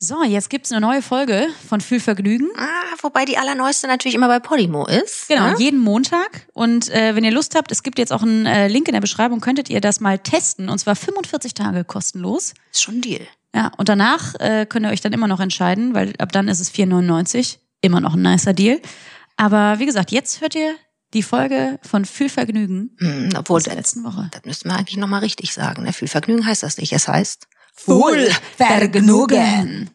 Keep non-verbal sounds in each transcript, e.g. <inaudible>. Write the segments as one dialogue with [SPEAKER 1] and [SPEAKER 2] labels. [SPEAKER 1] So, jetzt gibt's eine neue Folge von Fühlvergnügen.
[SPEAKER 2] Ah, wobei die allerneueste natürlich immer bei Podimo ist.
[SPEAKER 1] Genau,
[SPEAKER 2] ne?
[SPEAKER 1] jeden Montag. Und äh, wenn ihr Lust habt, es gibt jetzt auch einen äh, Link in der Beschreibung, könntet ihr das mal testen. Und zwar 45 Tage kostenlos.
[SPEAKER 2] Ist schon ein Deal.
[SPEAKER 1] Ja, und danach äh, könnt ihr euch dann immer noch entscheiden, weil ab dann ist es 4,99. Immer noch ein nicer Deal. Aber wie gesagt, jetzt hört ihr die Folge von Fühlvergnügen
[SPEAKER 2] Hm, obwohl,
[SPEAKER 1] aus der
[SPEAKER 2] das,
[SPEAKER 1] letzten Woche.
[SPEAKER 2] das müssten wir eigentlich nochmal richtig sagen. Ne? Viel Vergnügen heißt das nicht. Es heißt
[SPEAKER 1] Fühlvergnügen.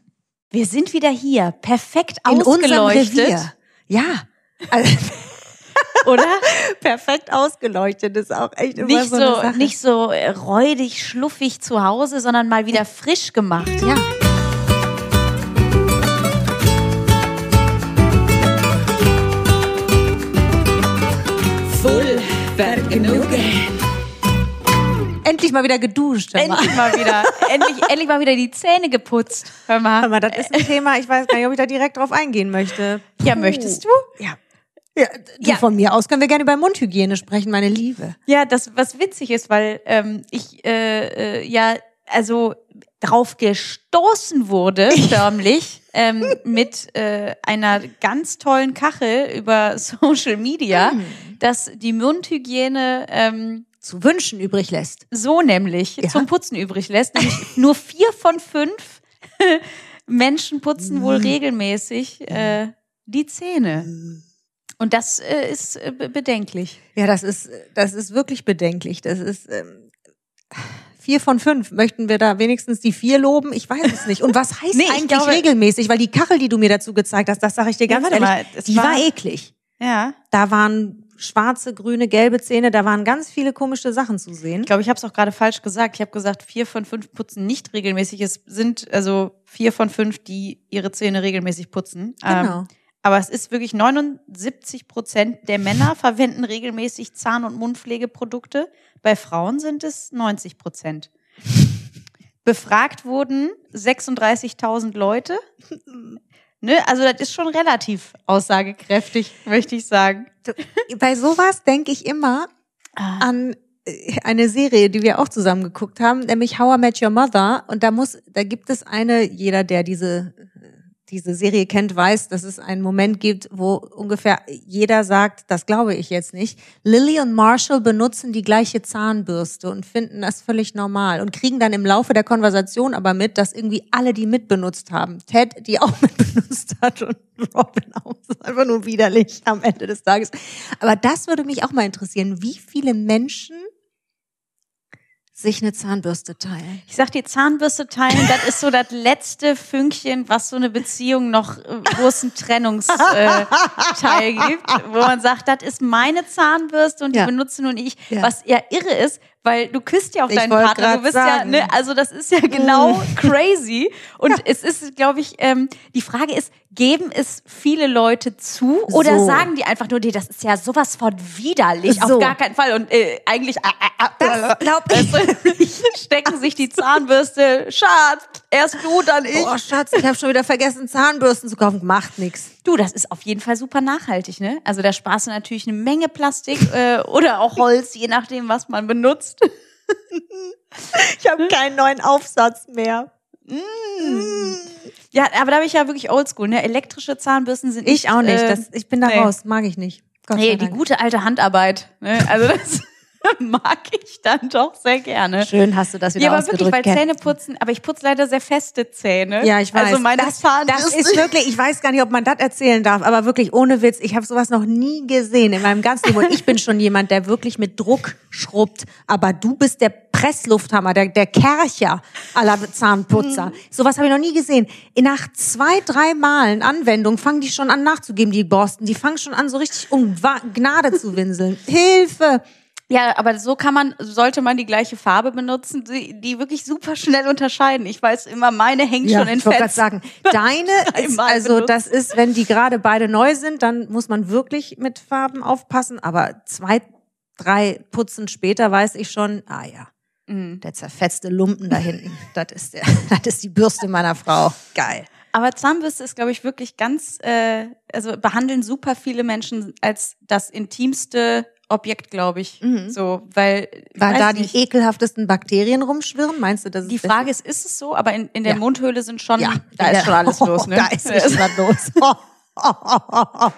[SPEAKER 3] Wir sind wieder hier, perfekt
[SPEAKER 1] In unserem Revier.
[SPEAKER 3] ausgeleuchtet. Ja, also, <laughs>
[SPEAKER 1] <laughs> Oder?
[SPEAKER 3] perfekt ausgeleuchtet ist auch echt immer
[SPEAKER 1] Nicht
[SPEAKER 3] so, eine
[SPEAKER 1] so- äh,
[SPEAKER 3] Sache.
[SPEAKER 1] nicht
[SPEAKER 3] so räudig, schluffig zu Hause, sondern mal wieder frisch gemacht. Ja. Endlich mal wieder geduscht. hör mal.
[SPEAKER 1] Endlich mal wieder. <laughs> endlich, endlich mal wieder die Zähne geputzt. Hör mal.
[SPEAKER 3] Aber das ist ein Thema, ich weiß gar nicht, ob ich da direkt drauf eingehen möchte.
[SPEAKER 1] Ja, möchtest du?
[SPEAKER 3] Ja. Ja, du,
[SPEAKER 1] Ja.
[SPEAKER 3] Von mir aus können wir gerne über Mundhygiene sprechen, meine Liebe.
[SPEAKER 1] Ja, das, was witzig ist, weil ähm, ich äh, äh, ja also drauf gestoßen <laughs> wurde, förmlich, ähm, mit äh, einer ganz tollen Kachel über <laughs> Social Media, dass die Mundhygiene ähm,
[SPEAKER 3] Zu wünschen übrig lässt.
[SPEAKER 1] so nämlich
[SPEAKER 3] Ja.
[SPEAKER 1] zum Putzen übrig lässt. Nämlich nur vier von fünf <laughs> Menschen putzen wohl regelmäßig äh, die Zähne. Und das äh, ist äh, be- bedenklich.
[SPEAKER 3] Ja, das ist, das ist wirklich bedenklich. Das ist ähm, vier von fünf. Möchten wir da wenigstens die vier loben? Ich weiß es nicht. Und was heißt
[SPEAKER 1] Nee, ich
[SPEAKER 3] eigentlich
[SPEAKER 1] glaube-
[SPEAKER 3] regelmäßig? Weil die Kachel, die du mir dazu gezeigt hast, das sage ich dir ganz
[SPEAKER 1] warte
[SPEAKER 3] ehrlich,
[SPEAKER 1] mal, es
[SPEAKER 3] die
[SPEAKER 1] war- eh
[SPEAKER 3] war, eklig.
[SPEAKER 1] Ja.
[SPEAKER 3] Da waren schwarze, grüne, gelbe Zähne, da waren ganz viele komische Sachen zu sehen.
[SPEAKER 1] Ich glaube, ich habe es auch gerade falsch gesagt. Ich habe gesagt, vier von fünf putzen nicht regelmäßig. Es sind also vier von fünf, die ihre Zähne regelmäßig putzen.
[SPEAKER 3] Genau.
[SPEAKER 1] Ähm, aber es ist wirklich 79 Prozent der Männer verwenden regelmäßig Zahn- und Mundpflegeprodukte. Bei Frauen sind es 90 Prozent. Befragt wurden 36.000 Leute. Ne, also das ist schon relativ aussagekräftig, möchte ich sagen.
[SPEAKER 3] Bei sowas denke ich immer an äh, eine Serie, die wir auch zusammen geguckt haben, nämlich How I Met Your Mother. Und da muss, da gibt es eine, jeder, der diese, diese Serie kennt, weiß, dass es einen Moment gibt, wo ungefähr jeder sagt, das glaube ich jetzt nicht. Lily und Marshall benutzen die gleiche Zahnbürste und finden das völlig normal und kriegen dann im Laufe der Konversation aber mit, dass irgendwie alle die mitbenutzt haben. Ted, die auch <laughs> mitbenutzt hat und Robin auch. Das ist einfach nur widerlich am Ende des Tages. Aber das würde mich auch mal interessieren, wie viele Menschen sich eine Zahnbürste teilen.
[SPEAKER 1] Ich sag dir, Zahnbürste teilen, das ist so das letzte Fünkchen, was so eine Beziehung noch, äh, wo es einen
[SPEAKER 3] <laughs>
[SPEAKER 1] Trennungsteil gibt, wo man sagt, das ist meine Zahnbürste und die
[SPEAKER 3] Ja.
[SPEAKER 1] benutze nur ich.
[SPEAKER 3] Ja.
[SPEAKER 1] Was ja irre ist, weil du küsst ja auf
[SPEAKER 3] Ich
[SPEAKER 1] deinen
[SPEAKER 3] wollt
[SPEAKER 1] Partner. Du
[SPEAKER 3] grad
[SPEAKER 1] bist
[SPEAKER 3] sagen. Uh.
[SPEAKER 1] ja, ne, also das ist ja genau crazy. Und es ist, glaube ich, ähm, die Frage ist, geben es viele Leute zu oder
[SPEAKER 3] So.
[SPEAKER 1] sagen die einfach nur, nee, das ist ja sowas von widerlich,
[SPEAKER 3] So.
[SPEAKER 1] auf gar keinen Fall. Und äh, eigentlich, äh, äh, äh,
[SPEAKER 3] Das glaub ich <laughs>
[SPEAKER 1] stecken sich die Zahnbürste. Schatz, erst du, dann ich.
[SPEAKER 3] Oh Schatz, ich habe schon wieder vergessen, Zahnbürsten zu kaufen. Macht nix.
[SPEAKER 1] Du, das ist auf jeden Fall super nachhaltig, ne? Also da sparst du natürlich eine Menge Plastik <laughs> äh, oder auch Holz, je nachdem, was man benutzt.
[SPEAKER 3] Ich habe keinen neuen Aufsatz mehr.
[SPEAKER 1] Ja, aber da bin ich ja wirklich oldschool, ne? Elektrische Zahnbürsten sind
[SPEAKER 3] Ich auch nicht. Das, ich bin da
[SPEAKER 1] nee.
[SPEAKER 3] raus. Mag ich nicht. Gott
[SPEAKER 1] Nee,
[SPEAKER 3] sei
[SPEAKER 1] die
[SPEAKER 3] Dank.
[SPEAKER 1] gute alte Handarbeit. Ne? Also das <laughs> mag ich dann doch sehr gerne.
[SPEAKER 3] Schön hast du das wieder
[SPEAKER 1] Ja, aber
[SPEAKER 3] ausgedrückt.
[SPEAKER 1] wirklich, weil
[SPEAKER 3] Kat.
[SPEAKER 1] Zähne putzen, aber ich putze leider sehr feste Zähne.
[SPEAKER 3] Ja, ich weiß.
[SPEAKER 1] Also meine
[SPEAKER 3] das, das
[SPEAKER 1] Zahnbürste.
[SPEAKER 3] ist wirklich, ich weiß gar nicht, ob man das erzählen darf, aber wirklich ohne Witz, ich habe sowas noch nie gesehen in meinem ganzen Leben. Und ich bin schon jemand, der wirklich mit Druck schrubbt, aber du bist der Presslufthammer, der, der Kercher aller
[SPEAKER 1] Mhm.
[SPEAKER 3] Zahnputzer. Sowas habe ich noch nie gesehen. Nach zwei, drei Malen Anwendung fangen die schon an nachzugeben, die Borsten. Die fangen schon an, so richtig um Wa- Gnade zu winseln. Hilfe!
[SPEAKER 1] Ja, aber so kann man, sollte man die gleiche Farbe benutzen, die, die wirklich super schnell unterscheiden. Ich weiß immer, meine hängt schon in
[SPEAKER 3] ich wollte gerade
[SPEAKER 1] Fett. <laughs>
[SPEAKER 3] sagen, deine, ist,
[SPEAKER 1] Einmal
[SPEAKER 3] also
[SPEAKER 1] benutzt.
[SPEAKER 3] das ist, wenn die gerade beide neu sind, dann muss man wirklich mit Farben aufpassen. Aber zwei, drei Putzen später weiß ich schon, ah ja,
[SPEAKER 1] Mhm.
[SPEAKER 3] der zerfetzte Lumpen
[SPEAKER 1] <laughs>
[SPEAKER 3] da hinten, das ist der, <laughs> das ist die Bürste meiner Frau. Geil.
[SPEAKER 1] Aber Zahnbürste ist, glaube ich, wirklich ganz, äh, also behandeln super viele Menschen als das intimste Objekt, glaube ich.
[SPEAKER 3] Mhm.
[SPEAKER 1] So, weil
[SPEAKER 3] Weil
[SPEAKER 1] weiß
[SPEAKER 3] da
[SPEAKER 1] nicht.
[SPEAKER 3] die ekelhaftesten Bakterien rumschwirren, meinst du, dass
[SPEAKER 1] Die Frage ist, ist es so? Aber in, in der
[SPEAKER 3] Ja.
[SPEAKER 1] Mundhöhle sind schon,
[SPEAKER 3] ja, Oh,
[SPEAKER 1] da ist schon
[SPEAKER 3] <laughs>
[SPEAKER 1] alles los, ne?
[SPEAKER 3] Da ist richtig was
[SPEAKER 1] <laughs>
[SPEAKER 3] los. <laughs>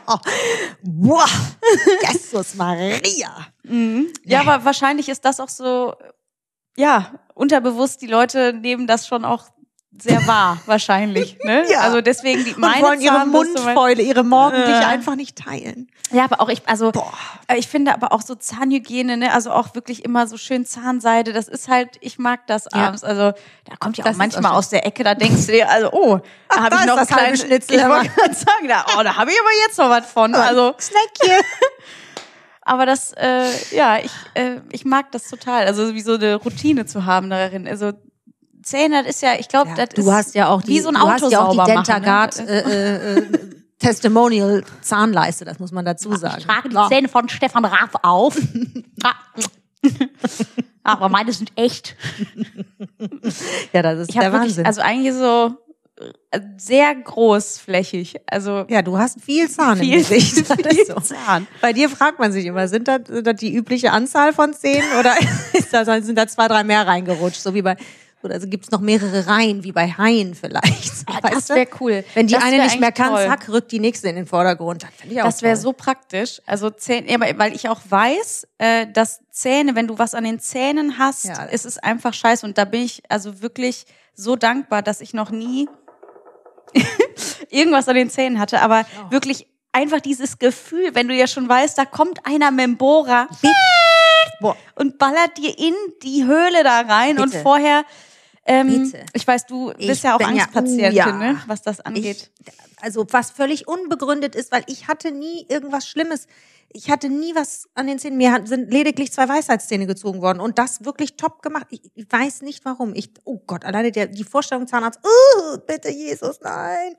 [SPEAKER 3] Boah, Jesus Maria.
[SPEAKER 1] Mhm. Ja, aber wahrscheinlich ist das auch so, ja, unterbewusst, die Leute nehmen das schon auch sehr
[SPEAKER 3] <laughs>
[SPEAKER 1] wahr, wahrscheinlich. Ne?
[SPEAKER 3] Ja.
[SPEAKER 1] Also deswegen, die,
[SPEAKER 3] Und
[SPEAKER 1] meine
[SPEAKER 3] wollen ihre
[SPEAKER 1] Zahnbürste-
[SPEAKER 3] Mundfäule, ihre Morgendliche
[SPEAKER 1] Äh.
[SPEAKER 3] einfach nicht teilen.
[SPEAKER 1] Ja, aber auch ich, also
[SPEAKER 3] Boah.
[SPEAKER 1] äh, ich finde aber auch so Zahnhygiene, ne, also auch wirklich immer so schön Zahnseide, das ist halt, ich mag das
[SPEAKER 3] Ja.
[SPEAKER 1] abends. Also da kommt ja auch
[SPEAKER 3] Das ist
[SPEAKER 1] manchmal
[SPEAKER 3] auch
[SPEAKER 1] aus der Ecke, da denkst du dir, also oh, da habe
[SPEAKER 3] da
[SPEAKER 1] ich
[SPEAKER 3] ist
[SPEAKER 1] noch einen
[SPEAKER 3] das halbe
[SPEAKER 1] kleinen
[SPEAKER 3] Schnitzel,
[SPEAKER 1] Ich
[SPEAKER 3] hör mal.
[SPEAKER 1] wollte gerade sagen, da, oh, da habe ich aber jetzt noch was von. Also,
[SPEAKER 3] Snack
[SPEAKER 1] aber das, äh, ja, ich, äh, ich mag das total. Also wie so eine Routine zu haben darin. Also Zähne, das ist ja, ich glaube,
[SPEAKER 3] hier.
[SPEAKER 1] das ist
[SPEAKER 3] du hast ja auch die,
[SPEAKER 1] wie so ein
[SPEAKER 3] du
[SPEAKER 1] Auto
[SPEAKER 3] hast ja auch die
[SPEAKER 1] sauber machen,
[SPEAKER 3] Dentagard
[SPEAKER 1] ne?
[SPEAKER 3] äh, äh, äh, Testimonial Zahnleiste, das muss man dazu sagen.
[SPEAKER 4] Ich trage die Zähne von Stefan Raab auf. <laughs> Ah. Aber meine sind echt.
[SPEAKER 3] Ja, das ist
[SPEAKER 1] ich
[SPEAKER 3] der
[SPEAKER 1] habe wirklich,
[SPEAKER 3] Wahnsinn.
[SPEAKER 1] also eigentlich so äh, sehr großflächig. Also
[SPEAKER 3] ja, du hast viel Zahn im
[SPEAKER 1] viel, <laughs>
[SPEAKER 4] <laughs>
[SPEAKER 3] Gesicht.
[SPEAKER 1] viel,
[SPEAKER 3] Das ist so.
[SPEAKER 1] Zahn.
[SPEAKER 3] Bei dir fragt man sich immer, sind das, sind das die übliche Anzahl von Zähnen oder <laughs> ist das, sind da zwei, drei mehr reingerutscht? So wie bei, oder also gibt's noch mehrere Reihen, wie bei Haien vielleicht. <laughs>
[SPEAKER 1] Ah,
[SPEAKER 3] weißt
[SPEAKER 1] das
[SPEAKER 3] du?
[SPEAKER 1] wäre cool.
[SPEAKER 3] Wenn die
[SPEAKER 1] Das
[SPEAKER 3] eine
[SPEAKER 1] wär
[SPEAKER 3] nicht mehr
[SPEAKER 1] eigentlich
[SPEAKER 3] kann,
[SPEAKER 1] toll.
[SPEAKER 3] zack, rückt die nächste in den Vordergrund. Das, find ich auch
[SPEAKER 1] Das wäre
[SPEAKER 3] toll.
[SPEAKER 1] so praktisch. Also Zähne, ja, aber- weil ich auch weiß, äh, dass Zähne, wenn du was an den Zähnen hast,
[SPEAKER 3] Ja.
[SPEAKER 1] ist es einfach scheiße. Und da bin ich also wirklich so dankbar, dass ich noch nie <laughs> irgendwas an den Zähnen hatte. Aber wirklich einfach dieses Gefühl, wenn du ja schon weißt, da kommt einer Membora
[SPEAKER 3] Boah.
[SPEAKER 1] und ballert dir in die Höhle da rein und
[SPEAKER 3] Bitte.
[SPEAKER 1] vorher. Ähm,
[SPEAKER 3] Bitte.
[SPEAKER 1] ich weiß, du bist
[SPEAKER 3] Ich
[SPEAKER 1] ja auch
[SPEAKER 3] bin ja- Oh
[SPEAKER 1] Angstpatientin,
[SPEAKER 3] ja.
[SPEAKER 1] ne, was das angeht.
[SPEAKER 3] Ich, also was völlig unbegründet ist, weil ich hatte nie irgendwas Schlimmes. Ich hatte nie was an den Zähnen. Mir hat- sind lediglich zwei Weisheitszähne gezogen worden und das wirklich top gemacht. Ich, ich weiß nicht warum. Ich, oh Gott, alleine der, die Vorstellung Zahnarzt. Uh, bitte Jesus, nein.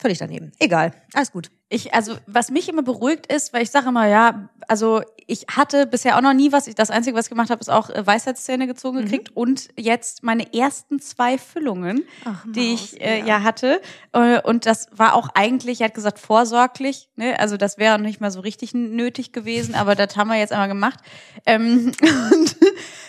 [SPEAKER 3] Völlig daneben. Egal, alles gut.
[SPEAKER 1] Ich, also, was mich immer beruhigt ist, weil ich sage immer, ja, also ich hatte bisher auch noch nie was. Ich, das Einzige, was ich gemacht habe, ist auch äh, Weisheitszähne gezogen gekriegt und jetzt meine ersten zwei Füllungen,
[SPEAKER 3] Ach,
[SPEAKER 1] die ich äh, ja. hatte. Äh, und das war auch eigentlich, er hat gesagt, vorsorglich. Ne? Also das wäre auch nicht mal so richtig n- nötig gewesen, aber das haben wir jetzt einmal gemacht. Ähm, <laughs> und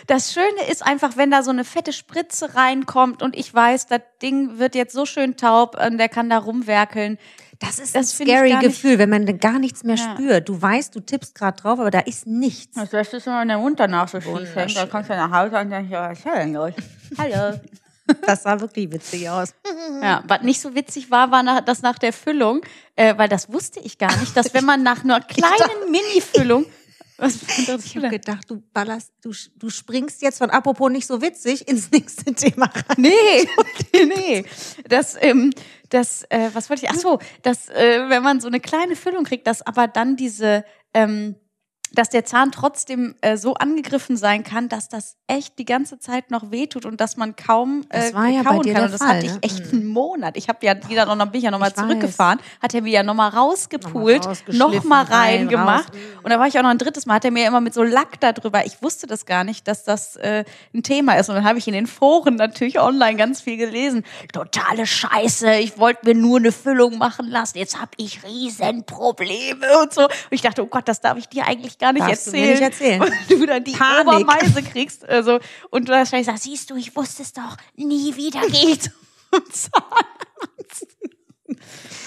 [SPEAKER 1] das Schöne ist einfach, wenn da so eine fette Spritze reinkommt und ich weiß, das Ding wird jetzt so schön taub, ähm, der kann da rumwerkeln.
[SPEAKER 3] Das ist
[SPEAKER 1] Das
[SPEAKER 3] ein
[SPEAKER 1] find ich
[SPEAKER 3] scary
[SPEAKER 1] gar nicht-
[SPEAKER 3] Gefühl, wenn man dann gar nichts mehr
[SPEAKER 1] Ja.
[SPEAKER 3] spürt. Du weißt, du tippst gerade drauf, aber da ist nichts.
[SPEAKER 1] <laughs>
[SPEAKER 4] Das lässt es immer in den Mund danach so schief
[SPEAKER 3] hängen. Da
[SPEAKER 4] kommst du nach Hause und denkst, was ist denn los? Hallo.
[SPEAKER 3] Das sah wirklich witzig aus.
[SPEAKER 1] Ja, was nicht so witzig war, war nach, das nach der Füllung, äh, weil das wusste ich gar nicht, dass wenn man nach einer kleinen Mini-Füllung. Was
[SPEAKER 3] Ich habe gedacht, du ballerst, du, sch- du springst jetzt von apropos nicht so witzig ins <laughs> nächste Thema rein.
[SPEAKER 1] Nee, <laughs> nee. Das, ähm, das, äh, was wollte ich? Ach so, dass äh, wenn man so eine kleine Füllung kriegt, dass aber dann diese, ähm, dass der Zahn trotzdem äh, so angegriffen sein kann, dass das echt die ganze Zeit noch wehtut und dass man kaum äh,
[SPEAKER 3] Das war ja bei
[SPEAKER 1] kauen
[SPEAKER 3] dir
[SPEAKER 1] kann.
[SPEAKER 3] der
[SPEAKER 1] Und das
[SPEAKER 3] Fall,
[SPEAKER 1] hatte ich
[SPEAKER 3] ne?
[SPEAKER 1] echt
[SPEAKER 3] Mhm.
[SPEAKER 1] einen Monat. Ich habe ja wieder noch, bin ich ja nochmal
[SPEAKER 3] Ich weiß.
[SPEAKER 1] zurückgefahren, hat er mir ja nochmal rausgepult,
[SPEAKER 3] rausgeschliffen,
[SPEAKER 1] nochmal
[SPEAKER 3] rein,
[SPEAKER 1] rein gemacht.
[SPEAKER 3] raus.
[SPEAKER 1] Und da war ich auch noch ein drittes Mal, hat er mir immer mit so Lack da drüber. Ich wusste das gar nicht, dass das äh, ein Thema ist. Und dann habe ich in den Foren natürlich online ganz viel gelesen.
[SPEAKER 4] Totale Scheiße. Ich wollte mir nur eine Füllung machen lassen. Jetzt habe ich Riesenprobleme.
[SPEAKER 1] Und so. Und ich dachte, oh Gott, das darf ich dir eigentlich gar nicht
[SPEAKER 3] Darfst du mir
[SPEAKER 1] erzählen. <laughs>
[SPEAKER 3] nicht erzählen.
[SPEAKER 1] Und du dann die
[SPEAKER 3] Panik.
[SPEAKER 1] Obermeise kriegst. Also, und du wahrscheinlich sagst,
[SPEAKER 4] Siehst du, ich wusste es doch. Nie wieder geht.
[SPEAKER 1] <laughs> oh.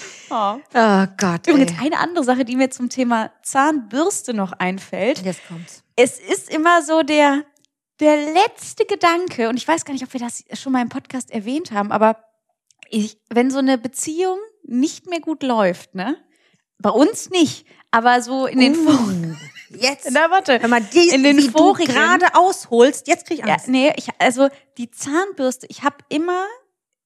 [SPEAKER 3] <laughs> Oh Gott.
[SPEAKER 1] Übrigens,
[SPEAKER 3] ey.
[SPEAKER 1] eine andere Sache, die mir zum Thema Zahnbürste noch einfällt.
[SPEAKER 3] jetzt kommt's.
[SPEAKER 1] es ist immer so der, der letzte Gedanke, und ich weiß gar nicht, ob wir das schon mal im Podcast erwähnt haben, aber ich, wenn so eine Beziehung nicht mehr gut läuft, ne? Bei uns nicht, aber so in
[SPEAKER 3] Uh.
[SPEAKER 1] den Foren.
[SPEAKER 3] Jetzt.
[SPEAKER 1] Na, warte.
[SPEAKER 3] Wenn man die,
[SPEAKER 1] in den
[SPEAKER 3] wie du
[SPEAKER 1] vorigen-
[SPEAKER 3] gerade ausholst, jetzt krieg ich
[SPEAKER 1] Ja,
[SPEAKER 3] Angst.
[SPEAKER 1] nee, ich, also die Zahnbürste, ich habe immer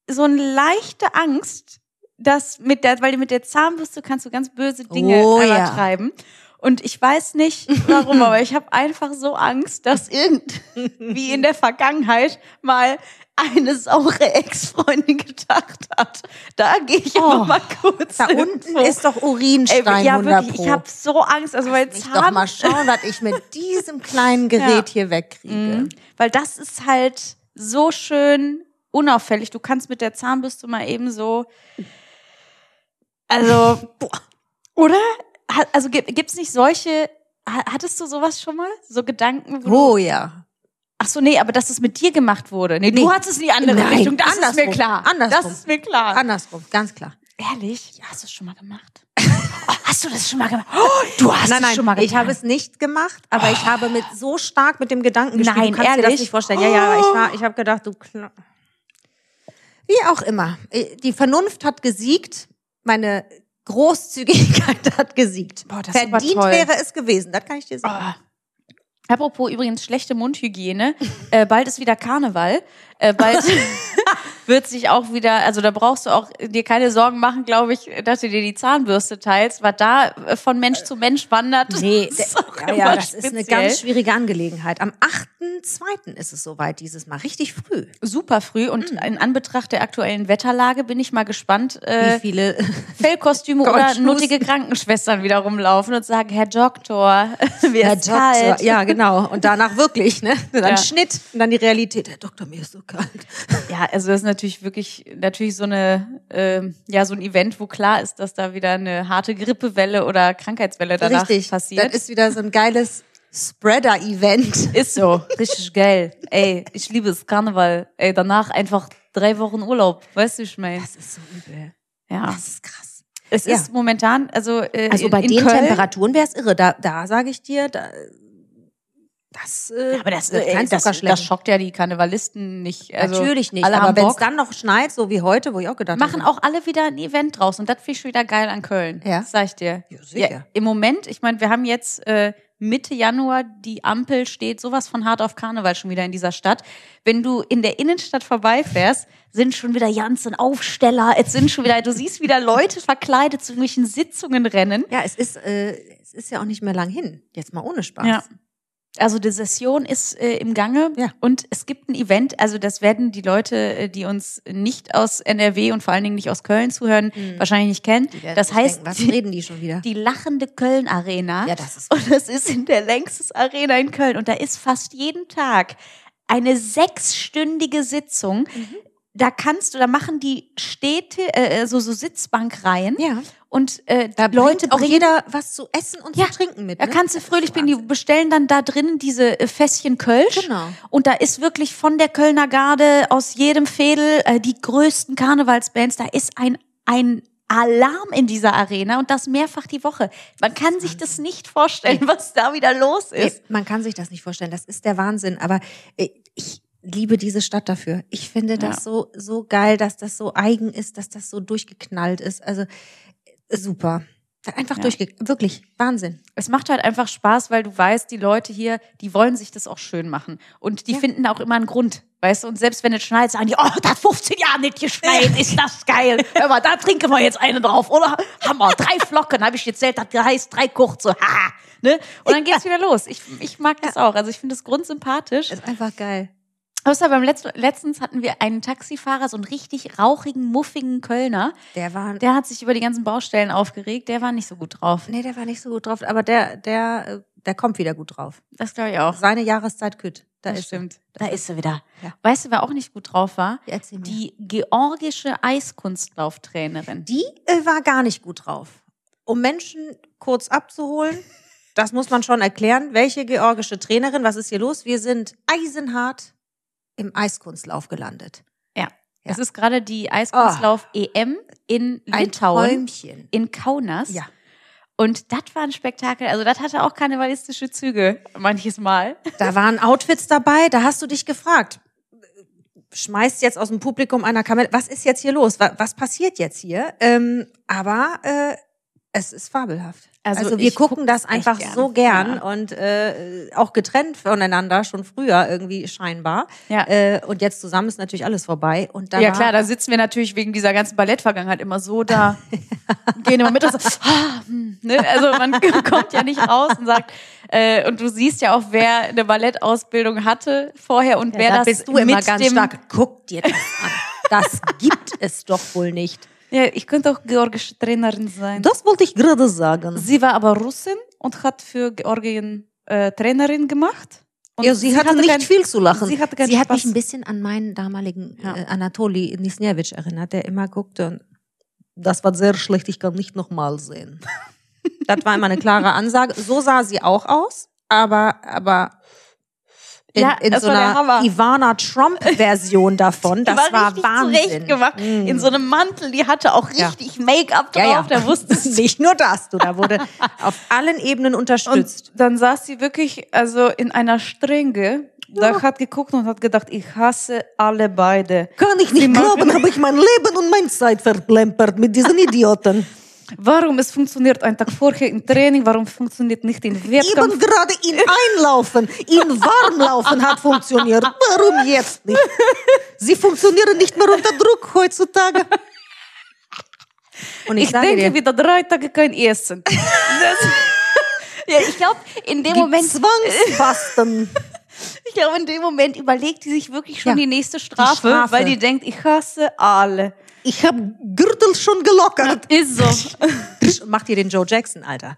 [SPEAKER 1] so eine leichte Angst, dass mit der, weil mit der Zahnbürste kannst du ganz böse Dinge
[SPEAKER 3] Oh, ja.
[SPEAKER 1] übertreiben. Und ich weiß nicht warum, aber ich habe einfach so Angst, dass
[SPEAKER 3] <laughs>
[SPEAKER 1] irgendwie in der Vergangenheit mal eine saure Ex-Freundin gedacht hat. Da gehe ich
[SPEAKER 3] Oh,
[SPEAKER 1] immer mal kurz.
[SPEAKER 3] Da
[SPEAKER 1] hin,
[SPEAKER 3] unten
[SPEAKER 1] so.
[SPEAKER 3] ist doch
[SPEAKER 1] Ey,
[SPEAKER 3] Urinstein
[SPEAKER 1] ja,
[SPEAKER 3] 100
[SPEAKER 1] wirklich,
[SPEAKER 3] Pro.
[SPEAKER 1] ich habe so Angst. Also weil
[SPEAKER 3] Lass mich doch
[SPEAKER 1] Zahn,
[SPEAKER 3] mal schauen, was ich mit diesem kleinen
[SPEAKER 1] <laughs>
[SPEAKER 3] Gerät
[SPEAKER 1] Ja.
[SPEAKER 3] hier wegkriege.
[SPEAKER 1] Mhm. Weil das ist halt so schön unauffällig. Du kannst mit der Zahnbürste mal eben so. Also, boah. oder? Ha- Also gibt es nicht solche Ha- Hattest du sowas schon mal? So Gedanken? wo du-
[SPEAKER 3] Oh ja.
[SPEAKER 1] Ach so, nee, aber dass es mit dir gemacht wurde. Nee, du
[SPEAKER 3] Nee.
[SPEAKER 1] hattest es in die andere
[SPEAKER 3] Nein,
[SPEAKER 1] Richtung. Das ist mir
[SPEAKER 3] andersrum.
[SPEAKER 1] klar.
[SPEAKER 3] Andersrum.
[SPEAKER 1] Das ist mir klar.
[SPEAKER 3] Andersrum, ganz klar.
[SPEAKER 1] Ehrlich? Ja, hast du es schon mal <laughs> gemacht? Oh, hast du das schon mal gemacht? Oh, du hast
[SPEAKER 3] nein,
[SPEAKER 1] es
[SPEAKER 3] nein,
[SPEAKER 1] schon mal gemacht.
[SPEAKER 3] ich habe es nicht gemacht, aber ich habe mit so stark mit dem Gedanken gespielt.
[SPEAKER 1] Nein,
[SPEAKER 3] du kannst dir
[SPEAKER 1] ehrlich? Oh.
[SPEAKER 3] das nicht vorstellen. Ja, ja, ich war, ich habe gedacht, du. Kla Wie auch immer, Äh, die Vernunft hat gesiegt, meine Großzügigkeit <laughs> hat gesiegt.
[SPEAKER 1] Boah, das ist aber
[SPEAKER 3] Verdient
[SPEAKER 1] toll.
[SPEAKER 3] wäre es gewesen, das kann ich dir sagen.
[SPEAKER 1] Ah. Apropos übrigens schlechte Mundhygiene, äh, bald ist wieder Karneval. Äh,
[SPEAKER 3] <laughs>
[SPEAKER 1] bald wird sich auch wieder, also da brauchst du auch dir keine Sorgen machen, glaube ich, dass du dir die Zahnbürste teilst, was da äh, von Mensch zu Mensch wandert. <laughs>
[SPEAKER 3] <laughs> Nee,
[SPEAKER 1] Das ist
[SPEAKER 3] d-
[SPEAKER 1] auch
[SPEAKER 3] ja, ja,
[SPEAKER 1] immer
[SPEAKER 3] das ist eine
[SPEAKER 1] speziell.
[SPEAKER 3] ganz schwierige Angelegenheit. Am 8.2. ist es soweit dieses Mal, richtig früh.
[SPEAKER 1] Super früh und
[SPEAKER 3] Mm.
[SPEAKER 1] in Anbetracht der aktuellen Wetterlage bin ich mal gespannt,
[SPEAKER 3] Wie
[SPEAKER 1] äh, <laughs>
[SPEAKER 3] viele
[SPEAKER 1] Fellkostüme oder
[SPEAKER 3] Goldschluss.
[SPEAKER 1] nuttige Krankenschwestern wieder rumlaufen und sagen, Herr Doktor, <laughs> mir
[SPEAKER 3] Herr
[SPEAKER 1] ist
[SPEAKER 3] Doktor,
[SPEAKER 1] kalt.
[SPEAKER 3] ja, genau. Und danach
[SPEAKER 1] <laughs>
[SPEAKER 3] wirklich, ne? Dann
[SPEAKER 1] Ja.
[SPEAKER 3] Schnitt und dann die Realität. Herr Doktor, mir ist so kalt.
[SPEAKER 1] Ja, also das ist natürlich wirklich natürlich so eine ähm, ja so ein Event, wo klar ist, dass da wieder eine harte Grippewelle oder Krankheitswelle danach
[SPEAKER 3] Richtig.
[SPEAKER 1] passiert.
[SPEAKER 3] Das ist wieder so ein geiles <laughs> Spreader-Event.
[SPEAKER 1] ist so, richtig geil. Ey, ich liebe es Karneval. Ey, danach einfach drei Wochen Urlaub, weißt du, ich meine.
[SPEAKER 3] Das ist so übel.
[SPEAKER 1] Ja,
[SPEAKER 3] Das ist krass.
[SPEAKER 1] es
[SPEAKER 3] ja.
[SPEAKER 1] ist momentan also äh,
[SPEAKER 3] Also
[SPEAKER 1] in-
[SPEAKER 3] bei
[SPEAKER 1] in
[SPEAKER 3] den
[SPEAKER 1] Köln,
[SPEAKER 3] Temperaturen wäre es irre. Da, da sage ich dir, da, das, äh,
[SPEAKER 1] aber das,
[SPEAKER 3] wird
[SPEAKER 1] äh,
[SPEAKER 3] kein
[SPEAKER 1] das,
[SPEAKER 3] Zuckerschlecken.
[SPEAKER 1] das schockt ja die Karnevalisten nicht. Also,
[SPEAKER 3] Natürlich nicht.
[SPEAKER 1] Alle
[SPEAKER 3] aber
[SPEAKER 1] haben
[SPEAKER 3] wenn es
[SPEAKER 1] Bock.
[SPEAKER 3] dann noch schneit, so wie heute, wo ich auch gedacht
[SPEAKER 1] Machen
[SPEAKER 3] habe,
[SPEAKER 1] auch alle wieder ein Event draus und das finde ich schon wieder geil an Köln.
[SPEAKER 3] Ja.
[SPEAKER 1] Das sag ich dir.
[SPEAKER 3] Ja, sicher.
[SPEAKER 1] Im Moment, ich meine, wir haben jetzt äh, Mitte Januar, die Ampel steht sowas von hart auf Karneval schon wieder in dieser Stadt. Wenn du in der Innenstadt vorbeifährst, sind schon wieder Janssen Aufsteller, es sind schon wieder, du siehst wieder Leute verkleidet zu irgendwelchen Sitzungen rennen.
[SPEAKER 3] Ja, es ist, äh, es ist ja auch nicht mehr lang hin. Jetzt mal ohne Spaß.
[SPEAKER 1] Ja. Also die Session ist äh, im Gange
[SPEAKER 3] Ja.
[SPEAKER 1] und es gibt ein Event, also das werden die Leute, äh, die uns nicht aus NRW und vor allen Dingen nicht aus Köln zuhören,
[SPEAKER 3] Mhm.
[SPEAKER 1] wahrscheinlich nicht kennen.
[SPEAKER 3] Die werden
[SPEAKER 1] Das
[SPEAKER 3] sich
[SPEAKER 1] heißt,
[SPEAKER 3] denken, was
[SPEAKER 1] die,
[SPEAKER 3] reden die schon wieder?
[SPEAKER 1] die lachende Köln-Arena.
[SPEAKER 3] Ja, das ist
[SPEAKER 1] und das ist in der Längstes Arena in Köln und da ist fast jeden Tag eine sechsstündige Sitzung.
[SPEAKER 3] Mhm.
[SPEAKER 1] Da kannst du, da machen die Städte, äh, so, so Sitzbankreihen
[SPEAKER 3] ja.
[SPEAKER 1] und äh,
[SPEAKER 3] Da
[SPEAKER 1] Leute
[SPEAKER 3] bringt auch
[SPEAKER 1] bringen
[SPEAKER 3] jeder was zu essen und
[SPEAKER 1] Ja,
[SPEAKER 3] zu trinken mit.
[SPEAKER 1] da
[SPEAKER 3] ne?
[SPEAKER 1] kannst du
[SPEAKER 3] Das ist
[SPEAKER 1] fröhlich bin, die
[SPEAKER 3] Wahnsinn.
[SPEAKER 1] bestellen dann da drin diese äh, Fässchen Kölsch.
[SPEAKER 3] Genau.
[SPEAKER 1] Und da ist wirklich von der Kölner Garde aus jedem Fädel äh, die größten Karnevalsbands. Da ist ein, ein Alarm in dieser Arena und das mehrfach die Woche. Man kann sich das nicht vorstellen, was da wieder los
[SPEAKER 3] Ey,
[SPEAKER 1] ist.
[SPEAKER 3] man kann sich das nicht vorstellen. Das ist der Wahnsinn. Aber äh, ich liebe diese Stadt dafür. Ich finde das
[SPEAKER 1] Ja.
[SPEAKER 3] so, so geil, dass das so eigen ist, dass das so durchgeknallt ist. Also äh, super. Einfach
[SPEAKER 1] Ja.
[SPEAKER 3] durchge... Wirklich, Wahnsinn.
[SPEAKER 1] Es macht halt einfach Spaß, weil du weißt, die Leute hier, die wollen sich das auch schön machen. Und die
[SPEAKER 3] Ja.
[SPEAKER 1] finden auch immer einen Grund. Weißt du, und selbst wenn es schneit, sagen die, oh, das hat 15 Jahre nicht geschneit, ist das geil. Hör mal, da trinken wir jetzt einen drauf, oder? Hammer, drei Flocken, habe ich gezählt, das heißt drei kurze, haha. Ne? Und dann geht's wieder los. Ich, ich mag das auch. Also ich finde das grundsympathisch.
[SPEAKER 3] Ist einfach geil.
[SPEAKER 1] Außer beim Letz letztens hatten wir einen Taxifahrer, so einen richtig rauchigen, muffigen Kölner.
[SPEAKER 3] Der war...
[SPEAKER 1] Der hat sich über die ganzen Baustellen aufgeregt. Der war nicht so gut drauf.
[SPEAKER 3] nee, der war nicht so gut drauf. Aber der, der, äh, der kommt wieder gut drauf.
[SPEAKER 1] Das glaube ich auch.
[SPEAKER 3] Seine Jahreszeit kütt. Da
[SPEAKER 1] Das
[SPEAKER 3] ist er.
[SPEAKER 1] stimmt. Da ist sie wieder.
[SPEAKER 3] Ja.
[SPEAKER 1] Weißt du, wer auch nicht gut drauf war?
[SPEAKER 3] Erzähl mir.
[SPEAKER 1] Die georgische Eiskunstlauftrainerin.
[SPEAKER 3] Die äh, war gar nicht gut drauf. Um Menschen kurz abzuholen, das muss man schon erklären. Welche georgische Trainerin, was ist hier los? Wir sind eisenhart im Eiskunstlauf gelandet.
[SPEAKER 1] Es ist gerade die Eiskunstlauf-EM in
[SPEAKER 3] Ein
[SPEAKER 1] Litauen,
[SPEAKER 3] Träumchen.
[SPEAKER 1] in Kaunas.
[SPEAKER 3] Ja.
[SPEAKER 1] Und das war ein Spektakel. Also das hatte auch karnevalistische Züge manches Mal.
[SPEAKER 3] Da waren Outfits dabei, da hast du dich gefragt. Schmeißt jetzt aus dem Publikum einer Kamera. Was ist jetzt hier los? Wa- Was passiert jetzt hier? Ähm, aber äh, es ist fabelhaft.
[SPEAKER 1] Also
[SPEAKER 3] Also, wir
[SPEAKER 1] ich guck
[SPEAKER 3] gucken das
[SPEAKER 1] echt
[SPEAKER 3] einfach
[SPEAKER 1] gern.
[SPEAKER 3] so gern
[SPEAKER 1] Ja.
[SPEAKER 3] und äh, auch getrennt voneinander schon früher irgendwie scheinbar.
[SPEAKER 1] Ja.
[SPEAKER 3] Äh, und jetzt zusammen ist natürlich alles vorbei. Und da
[SPEAKER 1] ja
[SPEAKER 3] war,
[SPEAKER 1] klar, da sitzen wir natürlich wegen dieser ganzen Ballettvergangenheit immer so
[SPEAKER 3] <laughs>
[SPEAKER 1] da, gehen immer mit und so, ah, hm, ne? also man <laughs> kommt ja nicht raus und sagt, äh, und du siehst ja auch, wer eine Ballettausbildung hatte vorher und wer
[SPEAKER 3] da
[SPEAKER 1] das
[SPEAKER 3] bist du immer
[SPEAKER 1] mit
[SPEAKER 3] ganz
[SPEAKER 1] dem,
[SPEAKER 3] stark. Guck dir das an. Das gibt es doch wohl nicht.
[SPEAKER 1] <laughs> Ja, ich könnte auch georgische Trainerin sein.
[SPEAKER 3] Das wollte ich gerade sagen.
[SPEAKER 1] Sie war aber Russin und hat für Georgien äh, Trainerin gemacht. Und
[SPEAKER 3] ja, sie, hatte, nicht
[SPEAKER 1] kein-
[SPEAKER 3] viel zu lachen.
[SPEAKER 1] sie hatte keinen
[SPEAKER 3] hat
[SPEAKER 1] Spaß.
[SPEAKER 3] mich ein bisschen an meinen damaligen
[SPEAKER 1] Ja.
[SPEAKER 3] äh, Anatoli
[SPEAKER 1] <laughs>
[SPEAKER 3] Nisnevich erinnert, der immer guckte und das war sehr schlecht, ich kann nicht nochmal sehen. Das war immer eine klare Ansage. So sah sie auch aus, aber, aber in,
[SPEAKER 1] Ja,
[SPEAKER 3] in
[SPEAKER 1] das
[SPEAKER 3] so
[SPEAKER 1] war der
[SPEAKER 3] einer
[SPEAKER 1] Hammer.
[SPEAKER 3] Ivana
[SPEAKER 1] <laughs>
[SPEAKER 3] Trump-Version davon. Das
[SPEAKER 1] war
[SPEAKER 3] war,
[SPEAKER 1] richtig
[SPEAKER 3] Wahnsinn. Mm.
[SPEAKER 1] zurecht gemacht. In so einem Mantel, die hatte auch
[SPEAKER 3] Ja.
[SPEAKER 1] richtig Make-up drauf,
[SPEAKER 3] Ja, ja.
[SPEAKER 1] der wusste es
[SPEAKER 3] <laughs> Nicht nur das, du,
[SPEAKER 1] <laughs>
[SPEAKER 3] da wurde auf allen Ebenen unterstützt.
[SPEAKER 1] Und dann saß sie wirklich also in einer Strenge, da hat geguckt und hat gedacht, ich hasse alle beide.
[SPEAKER 5] Kann ich nicht glauben, habe ich mein Leben und meine Zeit verplempert mit
[SPEAKER 1] <laughs>
[SPEAKER 5] diesen Idioten.
[SPEAKER 1] Warum es funktioniert ein Tag vorher im Training, warum funktioniert nicht im Wettkampf?
[SPEAKER 5] Eben gerade in Einlaufen, in Warmlaufen hat funktioniert. Warum jetzt nicht? Sie funktionieren nicht mehr unter Druck heutzutage.
[SPEAKER 3] Und,
[SPEAKER 1] Ich,
[SPEAKER 3] sage
[SPEAKER 1] denke
[SPEAKER 3] dir,
[SPEAKER 1] wieder drei Tage kein <laughs> Essen. Das,
[SPEAKER 4] Ja, ich glaube, in dem
[SPEAKER 5] Moment
[SPEAKER 4] Moment,
[SPEAKER 5] Zwangsfasten.
[SPEAKER 1] ich glaube, in dem Moment überlegt die sich wirklich schon
[SPEAKER 3] Ja.
[SPEAKER 1] die nächste Strafe,
[SPEAKER 3] Strafe.
[SPEAKER 1] weil die denkt, ich hasse alle.
[SPEAKER 5] Ich habe Gürtel schon gelockert.
[SPEAKER 1] Ist so.
[SPEAKER 3] psch, mach dir den Joe Jackson, Alter.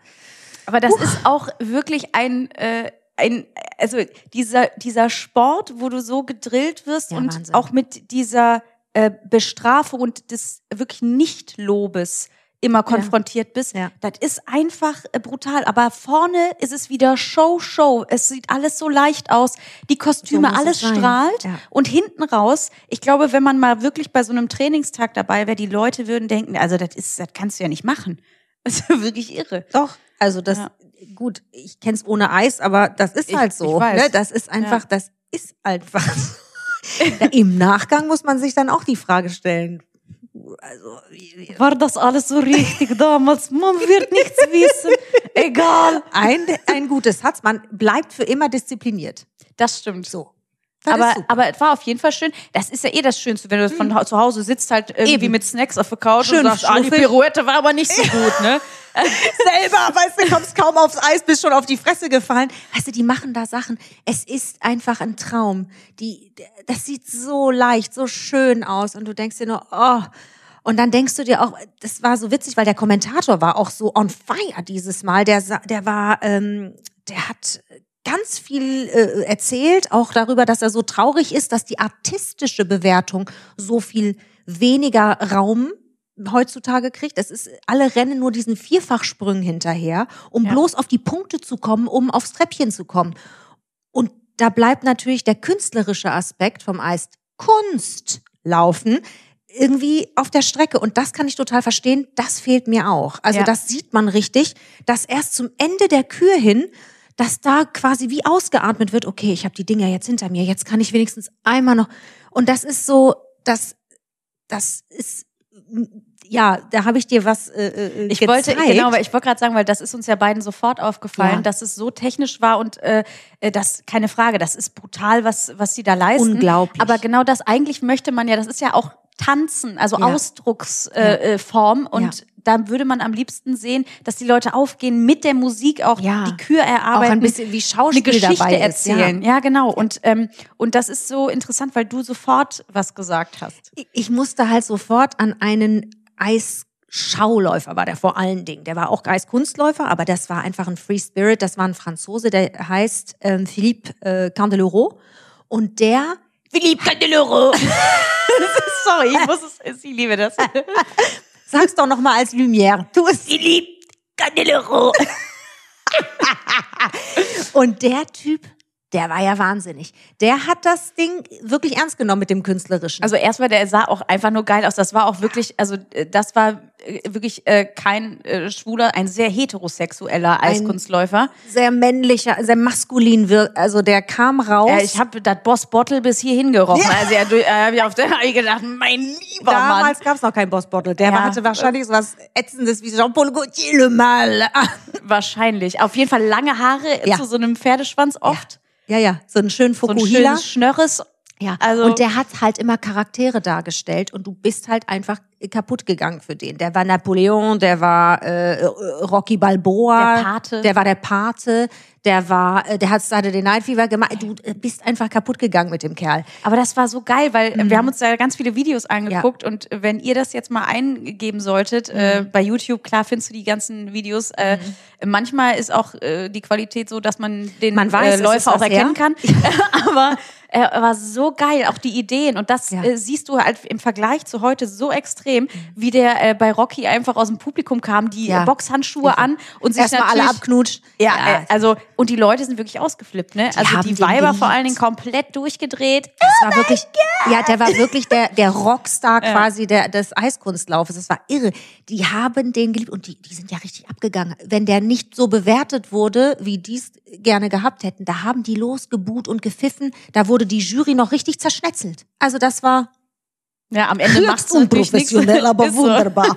[SPEAKER 1] Aber das ist auch wirklich ein, äh, ein also dieser, dieser Sport, wo du so gedrillt wirst
[SPEAKER 3] Ja,
[SPEAKER 1] und
[SPEAKER 3] Wahnsinn.
[SPEAKER 1] auch mit dieser äh, Bestrafung und des wirklich Nicht-Lobes immer konfrontiert bist,
[SPEAKER 3] Ja.
[SPEAKER 1] das ist einfach äh, brutal. Aber vorne ist es wieder Show, Show. Es sieht alles so leicht aus. Die Kostüme,
[SPEAKER 3] muss es
[SPEAKER 1] alles
[SPEAKER 3] sein.
[SPEAKER 1] strahlt.
[SPEAKER 3] Ja.
[SPEAKER 1] Und hinten raus, ich glaube, wenn man mal wirklich bei so einem Trainingstag dabei wäre, die Leute würden denken, also das ist, das kannst du ja nicht machen. <laughs> Das ist ja wirklich irre.
[SPEAKER 3] Doch, also das,
[SPEAKER 1] Ja.
[SPEAKER 3] gut, ich kenn's ohne Eis, aber das ist
[SPEAKER 1] Ich-
[SPEAKER 3] halt so.
[SPEAKER 1] ich weiß.
[SPEAKER 3] Ne? Das ist einfach, das ist einfach. so. <laughs> Ja, Im Nachgang muss man sich dann auch die Frage stellen. Also,
[SPEAKER 1] War das alles so richtig damals? Man wird nichts wissen. Egal.
[SPEAKER 3] ein, ein gutes Satz, man bleibt für immer diszipliniert.
[SPEAKER 1] Das stimmt.
[SPEAKER 3] So. Das ist
[SPEAKER 1] Aber,
[SPEAKER 3] super.
[SPEAKER 1] aber es war auf jeden Fall schön. Das ist ja eh das Schönste, wenn du von hau- zu Hause sitzt, halt irgendwie
[SPEAKER 3] Eben.
[SPEAKER 1] mit Snacks auf der Couch
[SPEAKER 3] Schön
[SPEAKER 1] und sagst, ah, die
[SPEAKER 3] fluffig.
[SPEAKER 1] Pirouette war aber nicht so gut, ne?
[SPEAKER 3] selber, weißt du, kommst kaum aufs Eis, bist schon auf die Fresse gefallen. Weißt du, die machen da Sachen. Es ist einfach ein Traum. Die, das sieht so leicht, so schön aus und du denkst dir nur, oh. Und dann denkst du dir auch, das war so witzig, weil der Kommentator war auch so on fire dieses Mal. Der, sa- der war, ähm, der hat ganz viel äh, erzählt, auch darüber, dass er so traurig ist, dass die artistische Bewertung so viel weniger Raum heutzutage kriegt. Es ist, alle rennen nur diesen Vierfachsprung hinterher, um bloß auf die Punkte zu kommen, um aufs Treppchen zu kommen. Und da bleibt natürlich der künstlerische Aspekt vom Eis Kunst laufen irgendwie auf der Strecke. Und das kann ich total verstehen. Das fehlt mir auch. Also
[SPEAKER 1] Ja.
[SPEAKER 3] das sieht man richtig, dass erst zum Ende der Kür hin, dass da quasi wie ausgeatmet wird. Okay, ich habe die Dinger jetzt hinter mir. Jetzt kann ich wenigstens einmal noch. Und das ist so, das, das ist, ja, da habe ich dir was äh, äh,
[SPEAKER 1] <laughs> Ich
[SPEAKER 3] gezeigt.
[SPEAKER 1] wollte, genau, weil ich wollte gerade sagen, weil das ist uns ja beiden sofort aufgefallen,
[SPEAKER 3] Ja.
[SPEAKER 1] dass es so technisch war und äh, äh, das, keine Frage, das ist brutal, was, was sie da leisten.
[SPEAKER 3] Unglaublich.
[SPEAKER 1] Aber genau das, eigentlich möchte man ja, das ist ja auch Tanzen, also
[SPEAKER 3] Ja.
[SPEAKER 1] Ausdrucksform äh, äh, Form. und da würde man am liebsten sehen, dass die Leute aufgehen mit der Musik, auch
[SPEAKER 3] Ja.
[SPEAKER 1] die Kür
[SPEAKER 3] auch
[SPEAKER 1] erarbeiten.
[SPEAKER 3] ein bisschen wie
[SPEAKER 1] eine
[SPEAKER 3] Schauspiel
[SPEAKER 1] Geschichte
[SPEAKER 3] dabei ist, ja.
[SPEAKER 1] erzählen. Ja. genau. Und, ähm, und das ist so interessant, weil du sofort was gesagt
[SPEAKER 3] <laughs>
[SPEAKER 1] hast.
[SPEAKER 3] Ich- ich musste halt sofort an einen Eisschauläufer, war der vor allen Dingen. Der war auch Eiskunstläufer, aber das war einfach ein Free Spirit. Das war ein Franzose, der heißt ähm, Philippe äh, Candeloro. Und der,
[SPEAKER 4] Philippe Candeloro.
[SPEAKER 1] Sorry, ich muss es, ich liebe das.
[SPEAKER 3] sag's doch nochmal als Lumière, tu es.
[SPEAKER 4] Philippe Candeloro.
[SPEAKER 3] <laughs> Und der Typ, der war ja wahnsinnig. Der hat das Ding wirklich ernst genommen mit dem Künstlerischen.
[SPEAKER 1] <laughs> Also erstmal, der sah auch einfach nur geil aus. Das war auch wirklich, also äh, das war äh, wirklich äh, kein äh, schwuler, ein sehr heterosexueller Eiskunstläufer.
[SPEAKER 3] sehr männlicher, sehr maskulin wirkt. Also der kam raus.
[SPEAKER 1] Äh, ich habe das Boss Bottle bis hierhin gerochen. Also ja, du- äh, hab ich auf der <laughs> hab ich gedacht, mein lieber Mann.
[SPEAKER 3] Damals gab's noch keinen Boss Bottle. Der
[SPEAKER 1] Ja.
[SPEAKER 3] hatte wahrscheinlich so was Ätzendes wie Jean-Paul Gaultier le Mal. <laughs>
[SPEAKER 1] Wahrscheinlich. Auf jeden Fall lange Haare
[SPEAKER 3] Ja.
[SPEAKER 1] zu so einem Pferdeschwanz oft.
[SPEAKER 3] Ja, ja, so einen schönen
[SPEAKER 1] So ein
[SPEAKER 3] Fukuhila.
[SPEAKER 1] schönes Schnörres.
[SPEAKER 3] ja,
[SPEAKER 1] also-
[SPEAKER 3] und der hat halt immer Charaktere dargestellt und du bist halt einfach kaputt gegangen für den. Der war Napoleon, der war äh, Rocky Balboa,
[SPEAKER 1] Der Pate.
[SPEAKER 3] der war der Pate, der war, äh, der hat Saturday Night Fever gemacht. Du äh, bist einfach kaputt gegangen mit dem Kerl.
[SPEAKER 1] Aber das war so geil, weil
[SPEAKER 3] Mhm.
[SPEAKER 1] äh, wir haben uns da ganz viele Videos angeguckt und äh, wenn ihr das jetzt mal eingeben solltet, äh,
[SPEAKER 3] Mhm.
[SPEAKER 1] bei YouTube, klar findest du die ganzen Videos. Äh, Manchmal ist auch äh, die Qualität so, dass man den
[SPEAKER 3] Man weiß, es
[SPEAKER 1] äh,
[SPEAKER 3] ist
[SPEAKER 1] Läufer auch
[SPEAKER 3] was her.
[SPEAKER 1] erkennen
[SPEAKER 3] <laughs>
[SPEAKER 1] kann. <laughs> Aber er war so geil, auch die Ideen und das
[SPEAKER 3] Ja. Mhm.
[SPEAKER 1] äh, siehst du halt im Vergleich zu heute so extrem. extrem, wie der äh, bei Rocky einfach aus dem Publikum kam, die
[SPEAKER 2] Ja.
[SPEAKER 1] äh, Boxhandschuhe an und sich
[SPEAKER 3] Erstmal alle
[SPEAKER 1] natürlich
[SPEAKER 3] abknutscht.
[SPEAKER 1] ja, äh, also und die Leute sind wirklich ausgeflippt, ne? also
[SPEAKER 2] haben
[SPEAKER 1] die
[SPEAKER 2] den
[SPEAKER 1] Weiber vor
[SPEAKER 2] geliebt.
[SPEAKER 1] allen Dingen komplett durchgedreht.
[SPEAKER 3] Das war wirklich, ja, der war wirklich der, der Rockstar quasi der, des Eiskunstlaufes. Das war irre. Die haben den geliebt und die, die sind ja richtig abgegangen. Wenn der nicht so bewertet wurde, wie die es gerne gehabt hätten, da haben die losgebuht und gepfiffen. Da wurde die Jury noch richtig zerschnetzelt. Also das war,
[SPEAKER 1] Ja, am Ende macht's
[SPEAKER 5] Höchst
[SPEAKER 1] natürlich nichts.
[SPEAKER 5] unprofessionell, aber
[SPEAKER 1] <laughs> Ist so.
[SPEAKER 5] wunderbar.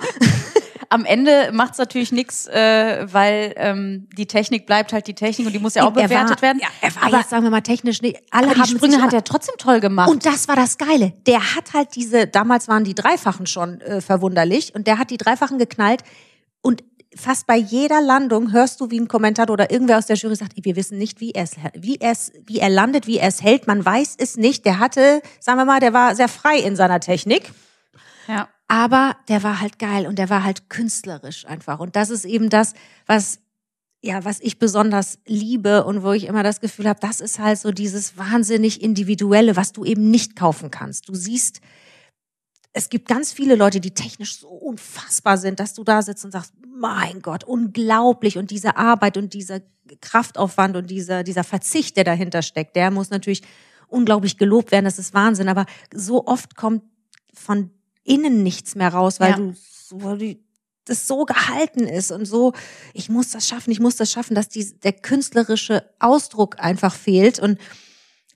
[SPEAKER 1] Am Ende macht's natürlich nichts, äh, weil ähm, die Technik bleibt halt die Technik und die muss ja auch
[SPEAKER 3] Er
[SPEAKER 1] bewertet
[SPEAKER 3] war-
[SPEAKER 1] werden.
[SPEAKER 3] Ja, er war
[SPEAKER 1] aber,
[SPEAKER 3] jetzt, sagen wir mal, technisch nicht. Alle
[SPEAKER 1] aber die
[SPEAKER 3] haben sich
[SPEAKER 1] Sprünge
[SPEAKER 3] über-
[SPEAKER 1] hat er trotzdem toll gemacht.
[SPEAKER 3] Und das war das Geile. Der hat halt diese, damals waren die Dreifachen schon äh, verwunderlich und der hat die Dreifachen geknallt und fast bei jeder Landung hörst du, wie ein Kommentator oder irgendwer aus der Jury sagt, wir wissen nicht, wie er es, wie er es, wie er landet, wie er es hält. Man weiß es nicht. Der hatte, sagen wir mal, der war sehr frei in seiner Technik.
[SPEAKER 1] ja.
[SPEAKER 3] Aber der war halt geil und der war halt künstlerisch einfach. Und das ist eben das, was, ja, was ich besonders liebe und wo ich immer das Gefühl habe, das ist halt so dieses wahnsinnig Individuelle, was du eben nicht kaufen kannst. Du siehst, es gibt ganz viele Leute, die technisch so unfassbar sind, dass du da sitzt und sagst, mein Gott, unglaublich. Und diese Arbeit und dieser Kraftaufwand und dieser, dieser Verzicht, der dahinter steckt, der muss natürlich unglaublich gelobt werden. Das ist Wahnsinn. Aber so oft kommt von innen nichts mehr raus, weil
[SPEAKER 1] Ja.
[SPEAKER 3] du, so- weil du, das so gehalten ist und so, ich muss das schaffen, ich muss das schaffen, dass die, der künstlerische Ausdruck einfach fehlt. Und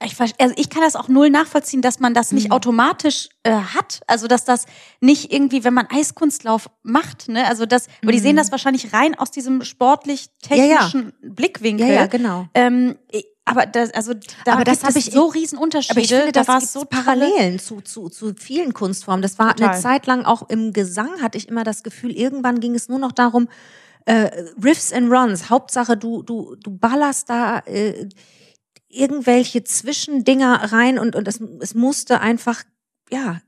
[SPEAKER 1] Ich, ver- also ich kann das auch null nachvollziehen, dass man das nicht automatisch äh, hat. Also dass das nicht irgendwie, wenn man Eiskunstlauf macht, ne? Also das, aber die sehen das wahrscheinlich rein aus diesem sportlich-technischen Blickwinkel.
[SPEAKER 3] genau.
[SPEAKER 1] Ähm, ich- aber das, also da
[SPEAKER 3] Aber das
[SPEAKER 1] gibt es
[SPEAKER 3] hab ich-
[SPEAKER 1] so Riesenunterschiede.
[SPEAKER 3] Aber ich finde,
[SPEAKER 1] da
[SPEAKER 3] das
[SPEAKER 1] war
[SPEAKER 3] gibt
[SPEAKER 1] so tolle-
[SPEAKER 3] Parallelen zu, zu, zu vielen Kunstformen. Das war
[SPEAKER 1] Total.
[SPEAKER 3] eine Zeit lang auch im Gesang, hatte ich immer das Gefühl, irgendwann ging es nur noch darum, äh, Riffs and Runs. Hauptsache, du, du, du ballerst da äh, irgendwelche Zwischendinger rein und, und es, es musste einfach, ja,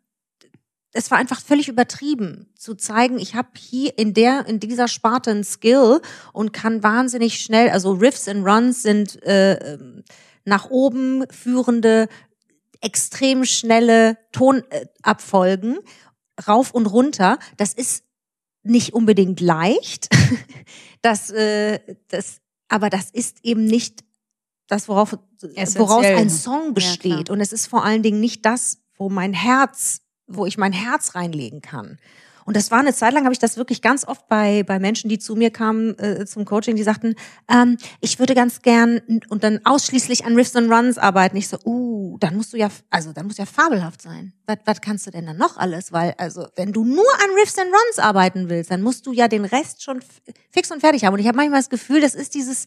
[SPEAKER 3] es war einfach völlig übertrieben zu zeigen, ich habe hier in der in dieser Sparte einen Skill und kann wahnsinnig schnell, also Riffs and Runs sind äh, ähm, nach oben führende extrem schnelle Tonabfolgen rauf und runter. Das ist nicht unbedingt leicht. <laughs> Das, äh, das, aber das ist eben nicht das, worauf,
[SPEAKER 1] Essentiell.
[SPEAKER 3] woraus ein Song
[SPEAKER 1] Ja,
[SPEAKER 3] besteht.
[SPEAKER 1] klar.
[SPEAKER 3] Und es ist vor allen Dingen nicht das, wo mein Herz, wo ich mein Herz reinlegen kann. Und das war eine Zeit lang, habe ich das wirklich ganz oft bei, bei Menschen, die zu mir kamen äh, zum Coaching, die sagten, ähm, ich würde ganz gern und dann ausschließlich an Riffs and Runs arbeiten. Ich so, uh, dann musst du ja, also dann muss ja fabelhaft sein. Was, was kannst du denn dann noch alles? Weil, also, wenn du nur an Riffs and Runs arbeiten willst, dann musst du ja den Rest schon f- fix und fertig haben. Und ich habe manchmal das Gefühl, das ist dieses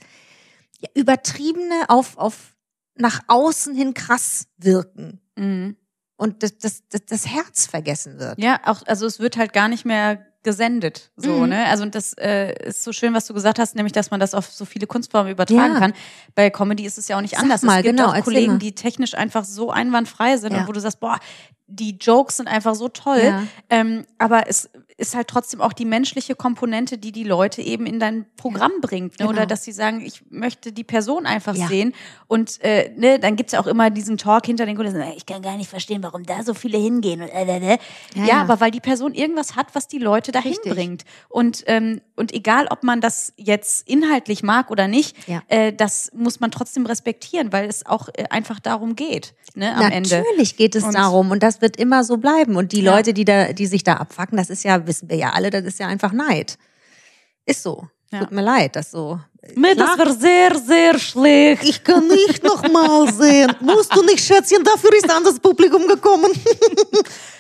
[SPEAKER 3] ja, übertriebene auf, auf nach außen hin krass wirken
[SPEAKER 1] Mhm.
[SPEAKER 3] und das, das, das, das Herz vergessen wird.
[SPEAKER 1] Ja, auch, also es wird halt gar nicht mehr gesendet, so,
[SPEAKER 3] Mhm.
[SPEAKER 1] ne? Also, und das äh, ist so schön, was du gesagt hast, nämlich, dass man das auf so viele Kunstformen übertragen
[SPEAKER 3] Ja.
[SPEAKER 1] kann. Bei Comedy ist es ja auch nicht
[SPEAKER 3] Sag
[SPEAKER 1] anders.
[SPEAKER 3] mal,
[SPEAKER 1] es gibt
[SPEAKER 3] genau,
[SPEAKER 1] auch
[SPEAKER 3] erzähl
[SPEAKER 1] Kollegen,
[SPEAKER 3] mal.
[SPEAKER 1] die technisch einfach so einwandfrei sind
[SPEAKER 3] Ja.
[SPEAKER 1] und wo du sagst, boah, die Jokes sind einfach so toll.
[SPEAKER 3] Ja.
[SPEAKER 1] Ähm, aber es ist halt trotzdem auch die menschliche Komponente, die die Leute eben in dein Programm bringt. Ne?
[SPEAKER 3] Genau.
[SPEAKER 1] Oder dass sie sagen, ich möchte die Person einfach
[SPEAKER 3] Ja.
[SPEAKER 1] sehen. Und äh, ne, dann gibt's ja auch immer diesen Talk hinter den Kulissen.
[SPEAKER 4] Ich kann gar nicht verstehen, warum da so viele hingehen. Und, äh, äh, äh.
[SPEAKER 1] Ja, aber weil die Person irgendwas hat, was die Leute dahin bringt. Und, ähm, und egal, ob man das jetzt inhaltlich mag oder nicht,
[SPEAKER 3] Ja.
[SPEAKER 1] äh, das muss man trotzdem respektieren, weil es auch äh, einfach darum geht, ne, am Ende.
[SPEAKER 3] Natürlich geht es
[SPEAKER 1] Und-
[SPEAKER 3] darum und das wird immer so bleiben. Und die
[SPEAKER 1] Ja.
[SPEAKER 3] Leute, die da, die sich da abfacken, das ist ja, wissen wir ja alle, das ist ja einfach Neid. Ist so.
[SPEAKER 1] Ja.
[SPEAKER 3] Tut mir leid, dass so.
[SPEAKER 4] Mir, das war sehr, sehr schlecht.
[SPEAKER 5] Ich kann nicht nochmal sehen. Musst du nicht, Schätzchen, dafür ist ein anderes Publikum gekommen.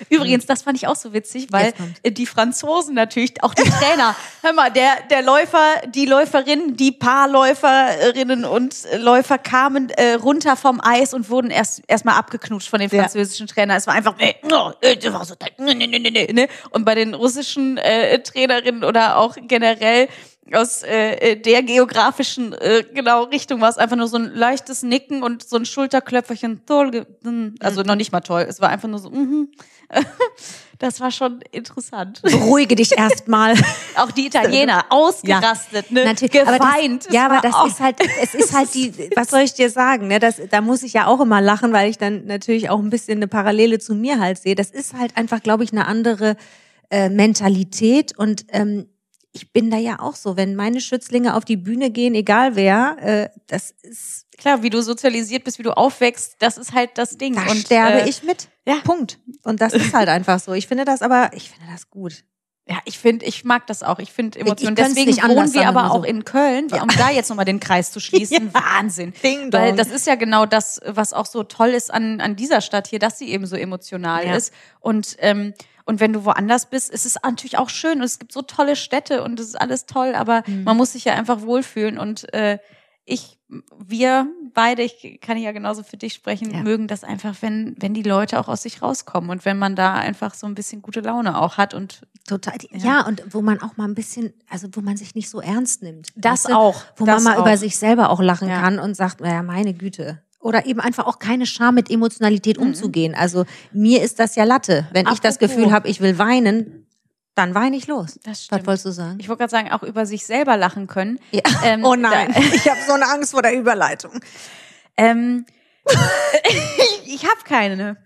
[SPEAKER 1] Übrigens, das fand ich auch so witzig, weil
[SPEAKER 3] Jetzt kommt.
[SPEAKER 1] äh, die Franzosen natürlich, auch die Trainer, hör mal, der, der Läufer, die Läuferin, die Paarläuferinnen und äh, Läufer kamen äh, runter vom Eis und wurden erst erstmal abgeknutscht von den französischen Trainern. Es war einfach, nee, no, äh, das war so, nee, nee, nee, nee, nee, ne? Und bei den russischen äh, Trainerinnen oder auch generell aus äh, der geografischen äh, genau Richtung war es einfach nur so ein leichtes Nicken und so ein Schulterklöpferchen toll ge- mm, also noch nicht mal toll es war einfach nur so mhm. das war schon
[SPEAKER 3] <laughs>
[SPEAKER 1] interessant
[SPEAKER 3] Beruhige dich <laughs> erstmal.
[SPEAKER 1] auch die Italiener ausgerastet ne geweint
[SPEAKER 3] Aber das, ja, aber
[SPEAKER 1] war
[SPEAKER 3] das
[SPEAKER 1] auch-
[SPEAKER 3] ist halt, es ist halt die, <laughs> was soll ich dir sagen, ne? Das, da muss ich ja auch immer lachen, weil ich dann natürlich auch ein bisschen eine Parallele zu mir halt sehe. Das ist halt einfach, glaube ich, eine andere, äh, Mentalität und ähm, ich bin da ja auch so, wenn meine Schützlinge auf die Bühne gehen, egal wer, äh, das ist,
[SPEAKER 1] Klar, wie du sozialisiert bist, wie du aufwächst, das ist halt das Ding.
[SPEAKER 3] da
[SPEAKER 1] und
[SPEAKER 3] sterbe
[SPEAKER 1] äh,
[SPEAKER 3] ich mit.
[SPEAKER 1] ja.
[SPEAKER 3] Punkt. Und das ist halt einfach so. Ich finde das aber, ich finde das gut.
[SPEAKER 1] Ja, ich finde, ich mag das auch. Ich finde Emotionen.
[SPEAKER 3] ich kann's
[SPEAKER 1] Deswegen
[SPEAKER 3] nicht
[SPEAKER 1] wohnen
[SPEAKER 3] anders,
[SPEAKER 1] wir
[SPEAKER 3] sagen also. wir
[SPEAKER 1] aber
[SPEAKER 3] so.
[SPEAKER 1] auch in Köln, wir- um da jetzt nochmal den Kreis
[SPEAKER 3] <laughs>
[SPEAKER 1] zu schließen. Wahnsinn.
[SPEAKER 3] Ding
[SPEAKER 1] Weil das ist ja genau das, was auch so toll ist an, an dieser Stadt hier, dass sie eben so emotional
[SPEAKER 3] Ja.
[SPEAKER 1] ist. Und, ähm, und wenn du woanders bist, ist es natürlich auch schön. Und es gibt so tolle Städte und es ist alles toll, aber
[SPEAKER 3] Mhm.
[SPEAKER 1] man muss sich ja einfach wohlfühlen. Und äh, ich, wir beide, ich kann ja genauso für dich sprechen,
[SPEAKER 2] Ja.
[SPEAKER 1] mögen das einfach, wenn, wenn die Leute auch aus sich rauskommen und wenn man da einfach so ein bisschen gute Laune auch hat und
[SPEAKER 3] total, ja.
[SPEAKER 1] Ja.
[SPEAKER 3] und wo man auch mal ein bisschen, also wo man sich nicht so ernst nimmt.
[SPEAKER 1] das
[SPEAKER 3] Weißt du?
[SPEAKER 1] auch.
[SPEAKER 3] Wo
[SPEAKER 1] das
[SPEAKER 3] man mal
[SPEAKER 1] auch.
[SPEAKER 3] über sich selber auch lachen
[SPEAKER 1] Ja.
[SPEAKER 3] kann und sagt, naja, meine Güte. Oder eben einfach auch keine Scham mit Emotionalität
[SPEAKER 1] Mhm.
[SPEAKER 3] umzugehen. Also mir ist das ja Latte. Wenn ich das
[SPEAKER 1] Apropos.
[SPEAKER 3] Gefühl habe, ich will weinen, dann weine ich los.
[SPEAKER 1] Das
[SPEAKER 3] Was
[SPEAKER 1] stimmt.
[SPEAKER 3] wolltest du sagen?
[SPEAKER 1] Ich wollte gerade sagen, auch über sich selber lachen können.
[SPEAKER 3] Ja.
[SPEAKER 1] Ähm,
[SPEAKER 5] Oh nein,
[SPEAKER 1] <laughs>
[SPEAKER 5] ich habe so eine Angst vor der Überleitung.
[SPEAKER 3] <laughs>
[SPEAKER 1] Ähm, ich habe keine.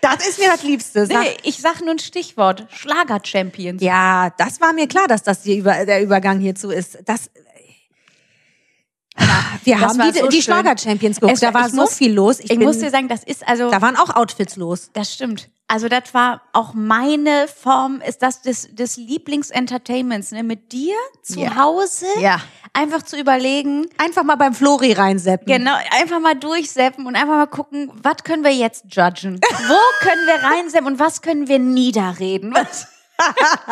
[SPEAKER 3] Das ist mir das Liebste. ne? Sag,
[SPEAKER 1] Nee, ich sag nur ein Stichwort. Schlager-Champions.
[SPEAKER 3] Ja, das war mir klar, dass das die Über der Übergang hierzu ist. Das Ah, wir
[SPEAKER 1] das
[SPEAKER 3] haben
[SPEAKER 1] war
[SPEAKER 3] die,
[SPEAKER 1] so
[SPEAKER 3] die
[SPEAKER 1] schön.
[SPEAKER 3] Schlager-Champions geguckt.
[SPEAKER 1] Es-
[SPEAKER 3] da war
[SPEAKER 1] ich
[SPEAKER 3] so
[SPEAKER 1] muss-
[SPEAKER 3] viel los. Ich,
[SPEAKER 1] Ich
[SPEAKER 3] bin,
[SPEAKER 1] muss dir sagen, das ist also,
[SPEAKER 3] da waren auch Outfits los.
[SPEAKER 1] das stimmt. Also das war auch meine Form, ist das des, des Lieblingsentertainments, ne? Mit dir zu
[SPEAKER 3] Ja.
[SPEAKER 1] Hause
[SPEAKER 3] Ja.
[SPEAKER 1] einfach zu überlegen,
[SPEAKER 3] Einfach mal beim Flori reinseppen.
[SPEAKER 1] Genau, einfach mal durchseppen und einfach mal gucken, was können wir jetzt judgen? <laughs> Wo können wir reinseppen und was können wir niederreden? Was? <laughs>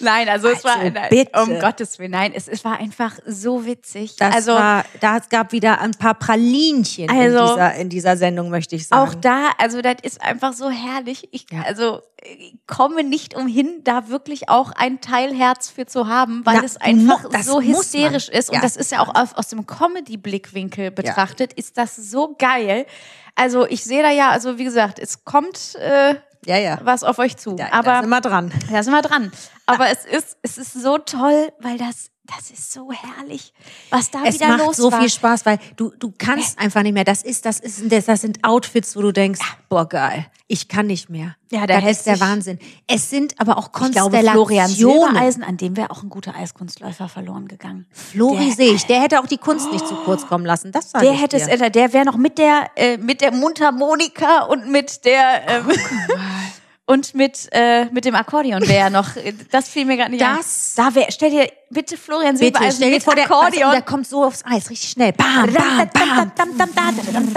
[SPEAKER 1] nein, also es war
[SPEAKER 3] Also
[SPEAKER 1] nein,
[SPEAKER 3] bitte.
[SPEAKER 1] um Gottes Willen, nein, es, es war einfach so witzig.
[SPEAKER 3] Das
[SPEAKER 1] also
[SPEAKER 3] war, da es gab wieder ein paar Pralinchen in,
[SPEAKER 1] Also-
[SPEAKER 3] dieser, in dieser Sendung, möchte ich sagen.
[SPEAKER 1] auch da, also das ist einfach so herrlich. Ich also ich komme nicht umhin, da wirklich auch ein Teilherz für zu haben, weil
[SPEAKER 3] Na,
[SPEAKER 1] es einfach
[SPEAKER 3] mu- das
[SPEAKER 1] so
[SPEAKER 3] muss man.
[SPEAKER 1] hysterisch ist und
[SPEAKER 3] Ja.
[SPEAKER 1] das ist ja auch auf, aus dem Comedy Blickwinkel betrachtet, ist das so geil. Also ich sehe da ja, also wie gesagt, es kommt äh,
[SPEAKER 3] ja, ja.
[SPEAKER 1] was auf euch zu,
[SPEAKER 3] Da, da
[SPEAKER 1] aber
[SPEAKER 3] sind wir dran.
[SPEAKER 1] da sind wir dran. Aber es ist es ist so toll, weil das das ist so herrlich, was da
[SPEAKER 3] Es
[SPEAKER 1] wieder
[SPEAKER 3] macht
[SPEAKER 1] los
[SPEAKER 3] so
[SPEAKER 1] war.
[SPEAKER 3] viel Spaß, weil du, du kannst einfach nicht mehr. Das ist, das ist, das, das sind Outfits, wo du denkst, boah, geil, ich kann nicht mehr.
[SPEAKER 1] Ja, der
[SPEAKER 3] das ist der
[SPEAKER 1] hält sich-
[SPEAKER 3] Wahnsinn. Es sind aber auch
[SPEAKER 1] Ich glaube,
[SPEAKER 3] Konstellationen.
[SPEAKER 1] Florian Silbereisen, an dem wäre auch ein guter Eiskunstläufer verloren gegangen.
[SPEAKER 3] Flori
[SPEAKER 1] Der- Oh.
[SPEAKER 3] sehe ich, der hätte auch die Kunst nicht zu kurz kommen lassen. Das sag
[SPEAKER 1] Der
[SPEAKER 3] ich
[SPEAKER 1] hätte es,
[SPEAKER 3] dir.
[SPEAKER 1] äh, der wäre noch mit der, äh, mit der Mundharmonika und mit der ähm,
[SPEAKER 3] Oh,
[SPEAKER 1] <laughs> und mit äh, mit dem Akkordeon wäre noch. äh, Das fiel mir gerade nicht
[SPEAKER 3] Das-
[SPEAKER 1] ein. Da wäre, stell dir bitte Florian
[SPEAKER 3] Bitte,
[SPEAKER 1] Silbereisen
[SPEAKER 3] stell dir
[SPEAKER 1] mit
[SPEAKER 3] vor, der, also
[SPEAKER 1] Akkordeon.
[SPEAKER 3] der kommt so aufs Eis, richtig schnell. Bam, bam, bam.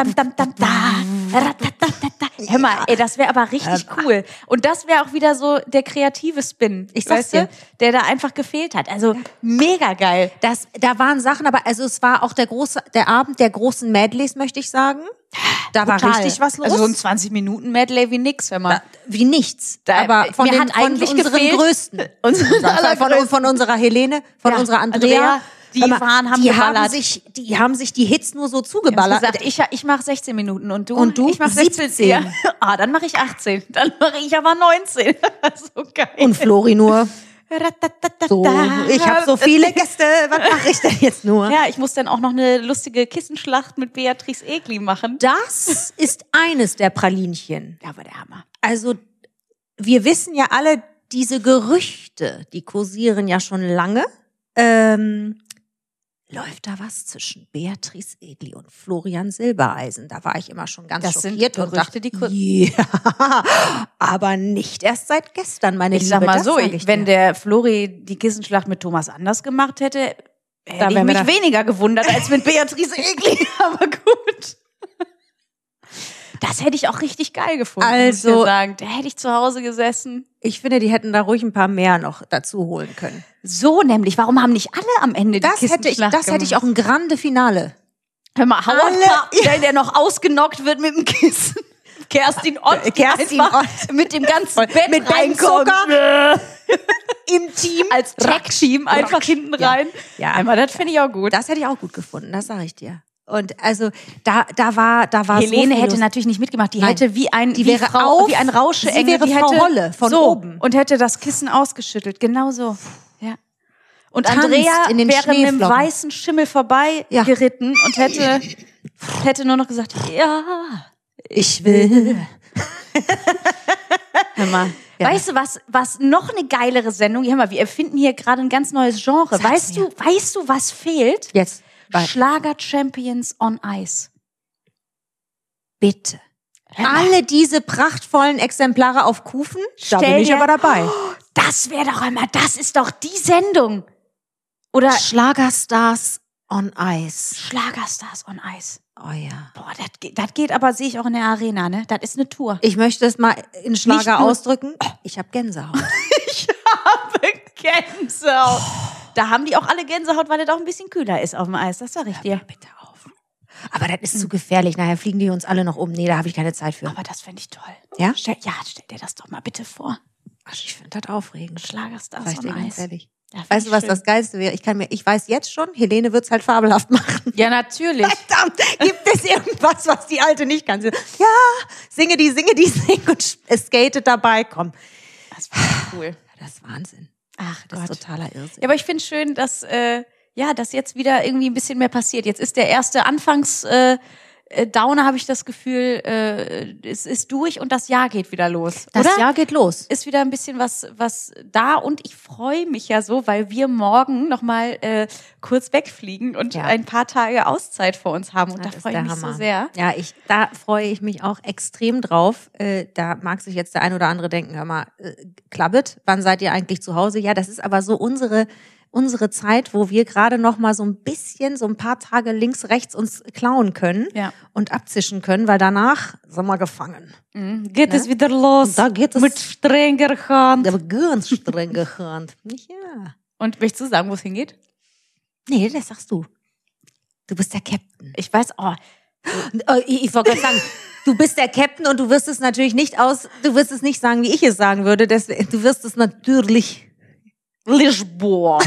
[SPEAKER 1] Hör mal, ey, das wäre aber richtig cool. Und das wäre auch wieder so der kreative Spin,
[SPEAKER 3] Ich
[SPEAKER 1] weißt
[SPEAKER 3] sag's
[SPEAKER 1] du,
[SPEAKER 3] dir.
[SPEAKER 1] der da einfach gefehlt hat. Also mega geil.
[SPEAKER 3] Das, da waren Sachen, aber also es war auch der große, der Abend der großen Medleys, möchte ich sagen. Da war
[SPEAKER 5] Total.
[SPEAKER 3] richtig was los.
[SPEAKER 1] Also so ein 20 Minuten Medley wie nix, hör mal.
[SPEAKER 3] wie nichts.
[SPEAKER 1] Da-
[SPEAKER 3] aber von,
[SPEAKER 1] mir
[SPEAKER 3] den,
[SPEAKER 1] hat
[SPEAKER 3] von
[SPEAKER 1] eigentlich
[SPEAKER 3] unseren
[SPEAKER 1] gefehlt-
[SPEAKER 3] Größten.
[SPEAKER 1] <laughs> Unseren
[SPEAKER 3] von, von,
[SPEAKER 1] allergrößten.
[SPEAKER 3] von unserer Helene, von
[SPEAKER 1] Ja,
[SPEAKER 3] unserer Andrea.
[SPEAKER 1] Andrea, die
[SPEAKER 3] Sag mal,
[SPEAKER 1] waren, haben
[SPEAKER 3] die haben
[SPEAKER 1] geballert.
[SPEAKER 3] sich, Die haben sich die Hits nur so
[SPEAKER 1] Ich hab's
[SPEAKER 3] zugeballert.
[SPEAKER 1] gesagt, ich, ich mache 16 Minuten und du?
[SPEAKER 3] Und du?
[SPEAKER 1] Ich mach 16.
[SPEAKER 3] 17.
[SPEAKER 1] Ja. Ah, dann mache ich 18. Dann mache ich aber 19. so geil.
[SPEAKER 3] und
[SPEAKER 1] <laughs>
[SPEAKER 3] Flori nur. So, ich habe so viele Gäste, was mache ich denn jetzt nur?
[SPEAKER 1] Ja, ich muss dann auch noch eine lustige Kissenschlacht mit Beatrix Egli machen.
[SPEAKER 3] Das ist eines der Pralinchen.
[SPEAKER 1] Ja, war der Hammer.
[SPEAKER 3] Also, wir wissen ja alle, diese Gerüchte, die kursieren ja schon lange. Ähm, läuft da was zwischen Beatrice Egli und Florian Silbereisen? Da war ich immer schon ganz
[SPEAKER 1] Das sind
[SPEAKER 3] schockiert und
[SPEAKER 1] Gerüchte,
[SPEAKER 3] dachte,
[SPEAKER 1] die kur-
[SPEAKER 3] ja, <laughs> aber nicht erst seit gestern, meine
[SPEAKER 1] Ich
[SPEAKER 3] Liebe.
[SPEAKER 1] sag mal
[SPEAKER 3] das
[SPEAKER 1] so,
[SPEAKER 3] sag
[SPEAKER 1] ich, wenn
[SPEAKER 3] dir.
[SPEAKER 1] der Flori die Kissenschlacht mit Thomas anders gemacht hätte, hätte ich
[SPEAKER 3] wären wir
[SPEAKER 1] mich
[SPEAKER 3] da-
[SPEAKER 1] weniger gewundert als mit Beatrice <laughs> Egli. Aber gut. Das hätte ich auch richtig geil gefunden, muss ich
[SPEAKER 3] Also-
[SPEAKER 1] dir sagen. Da hätte ich zu Hause gesessen.
[SPEAKER 3] ich finde, die hätten da ruhig ein paar mehr noch dazu holen können.
[SPEAKER 1] So nämlich, warum haben nicht alle am Ende
[SPEAKER 3] Das
[SPEAKER 1] die
[SPEAKER 3] hätte ich,
[SPEAKER 1] Kissenschlacht
[SPEAKER 3] das hätte ich
[SPEAKER 1] gemacht?
[SPEAKER 3] auch ein grande Finale.
[SPEAKER 1] Hör mal, Howard
[SPEAKER 3] Alle-
[SPEAKER 1] Carpenter, der noch ausgenockt wird mit dem Kissen. Äh, Kerstin Ott,
[SPEAKER 3] <laughs> Kerstin
[SPEAKER 1] einfach mit dem ganzen Bett
[SPEAKER 3] Mit Ben
[SPEAKER 1] reinkommt.
[SPEAKER 3] Zucker im Team.
[SPEAKER 1] Als Tag-Team einfach hinten
[SPEAKER 3] Ja.
[SPEAKER 1] rein.
[SPEAKER 3] Ja.
[SPEAKER 1] aber das finde ich auch gut.
[SPEAKER 3] Das hätte ich auch gut gefunden, das sage ich dir. Und also da, da war, da war so
[SPEAKER 1] Helene
[SPEAKER 3] viel
[SPEAKER 1] hätte
[SPEAKER 3] los.
[SPEAKER 1] natürlich nicht mitgemacht. Die
[SPEAKER 3] Nein.
[SPEAKER 1] hätte wie ein,
[SPEAKER 3] Die
[SPEAKER 1] wie
[SPEAKER 3] wäre
[SPEAKER 1] Frau,
[SPEAKER 3] auf-
[SPEAKER 1] wie ein Rauscheengel.
[SPEAKER 3] sie wäre
[SPEAKER 1] die
[SPEAKER 3] Frau
[SPEAKER 1] hätte,
[SPEAKER 3] Holle von
[SPEAKER 1] so,
[SPEAKER 3] oben.
[SPEAKER 1] Und hätte das Kissen ausgeschüttelt. Genau so. Ja. Und
[SPEAKER 3] Tanzt
[SPEAKER 1] Andrea
[SPEAKER 3] in den
[SPEAKER 1] wäre mit einem
[SPEAKER 3] Schneeflocken.
[SPEAKER 1] weißen Schimmel vorbei
[SPEAKER 3] Ja.
[SPEAKER 1] geritten und hätte, hätte nur noch gesagt, ja.
[SPEAKER 3] <laughs> ich will.
[SPEAKER 1] Hör mal.
[SPEAKER 3] Genau.
[SPEAKER 1] Ja.
[SPEAKER 4] Weißt du, was, was noch eine geilere Sendung? Hör mal, wir erfinden hier gerade ein ganz neues Genre. weißt du, weißt du, was fehlt?
[SPEAKER 3] Jetzt.
[SPEAKER 4] Schlager Champions on Ice. Ah, Bitte.
[SPEAKER 3] Alle diese prachtvollen Exemplare auf Kufen,
[SPEAKER 4] Stell
[SPEAKER 3] da bin ich
[SPEAKER 4] dir-
[SPEAKER 3] aber dabei.
[SPEAKER 4] Das wäre doch einmal, das ist doch die Sendung. Oder
[SPEAKER 2] Schlagerstars on Ice.
[SPEAKER 4] Schlagerstars on Ice.
[SPEAKER 2] Oh ja.
[SPEAKER 4] Boah, das geht, das geht aber, sehe ich auch in der Arena, ne? Das ist eine
[SPEAKER 3] <laughs>
[SPEAKER 4] Tour.
[SPEAKER 3] Ich möchte es mal in Schlager
[SPEAKER 2] Nicht nur- Oh.
[SPEAKER 3] ausdrücken. Ich habe Gänsehaut.
[SPEAKER 4] Gänsehaut. Oh. Da haben die auch alle Gänsehaut, weil es auch ein bisschen kühler ist auf dem Eis. Das sag ich dir.
[SPEAKER 2] Bitte auf. Aber das ist zu gefährlich. Nachher fliegen die uns alle noch um. Nee, da habe ich keine Zeit für.
[SPEAKER 4] Aber das fände ich toll.
[SPEAKER 2] Ja?
[SPEAKER 4] Stell, ja, stell dir das doch mal bitte vor.
[SPEAKER 2] Ach, ich finde das aufregend.
[SPEAKER 4] Schlagerstars
[SPEAKER 3] Sag ich
[SPEAKER 4] on
[SPEAKER 3] dir ganz
[SPEAKER 4] Eis.
[SPEAKER 3] ehrlich.
[SPEAKER 4] Ja, find
[SPEAKER 3] Weißt
[SPEAKER 4] ich
[SPEAKER 3] du, was
[SPEAKER 4] schön.
[SPEAKER 3] das Geilste wäre? Ich kann mir, ich weiß jetzt schon, Helene wird's halt fabelhaft <laughs> machen.
[SPEAKER 1] Ja,
[SPEAKER 3] <laughs>
[SPEAKER 1] natürlich.
[SPEAKER 3] Verdammt, gibt es irgendwas, was die Alte nicht kann? Sie- Ja, singe die, singe die, <laughs> singe und sch- es skatet dabei. Komm.
[SPEAKER 1] Das war cool.
[SPEAKER 3] Das ist Wahnsinn.
[SPEAKER 1] Ach
[SPEAKER 3] Das ist totaler Irrsinn.
[SPEAKER 1] <sighs> Ja, aber ich finde schön, dass äh, ja, dass jetzt wieder irgendwie ein bisschen mehr passiert. Jetzt ist der erste Anfangs äh, äh, Downer, habe ich das Gefühl, äh, es ist durch und das Jahr geht wieder los,
[SPEAKER 2] Das
[SPEAKER 1] oder?
[SPEAKER 2] Jahr geht los.
[SPEAKER 1] Ist wieder ein bisschen was was da und ich freue mich ja so, weil wir morgen noch mal äh, kurz wegfliegen und
[SPEAKER 3] Ja.
[SPEAKER 1] ein paar Tage Auszeit vor uns haben und
[SPEAKER 3] Das
[SPEAKER 1] da
[SPEAKER 3] ist
[SPEAKER 1] freue ich
[SPEAKER 3] der
[SPEAKER 1] mich so
[SPEAKER 3] Hammer.
[SPEAKER 1] sehr.
[SPEAKER 3] Ja, ich, da freue ich mich auch extrem drauf. Äh, da mag sich jetzt der ein oder andere denken, hör mal, äh, klappet, wann seid ihr eigentlich zu Hause? Ja, das ist aber so unsere, unsere Zeit, wo wir gerade noch mal so ein bisschen, so ein paar Tage links, rechts uns klauen können
[SPEAKER 1] Ja.
[SPEAKER 3] und abzischen können, weil danach sind wir gefangen.
[SPEAKER 1] Mhm. Geht
[SPEAKER 3] Ne?
[SPEAKER 1] es wieder los
[SPEAKER 3] Und da geht es
[SPEAKER 1] mit strenger Hand.
[SPEAKER 3] aber ganz streng <laughs> gehörnt. Ja.
[SPEAKER 1] Und möchtest du sagen, wo es hingeht?
[SPEAKER 3] Nee, das sagst du. Du bist der Captain.
[SPEAKER 1] Ich weiß, oh,
[SPEAKER 3] Äh, Ich, ich wollte gerade sagen, du bist der Captain und du wirst es natürlich nicht aus, du wirst es nicht sagen, wie ich es sagen würde. Deswegen, du wirst es natürlich.
[SPEAKER 1] Lisboa.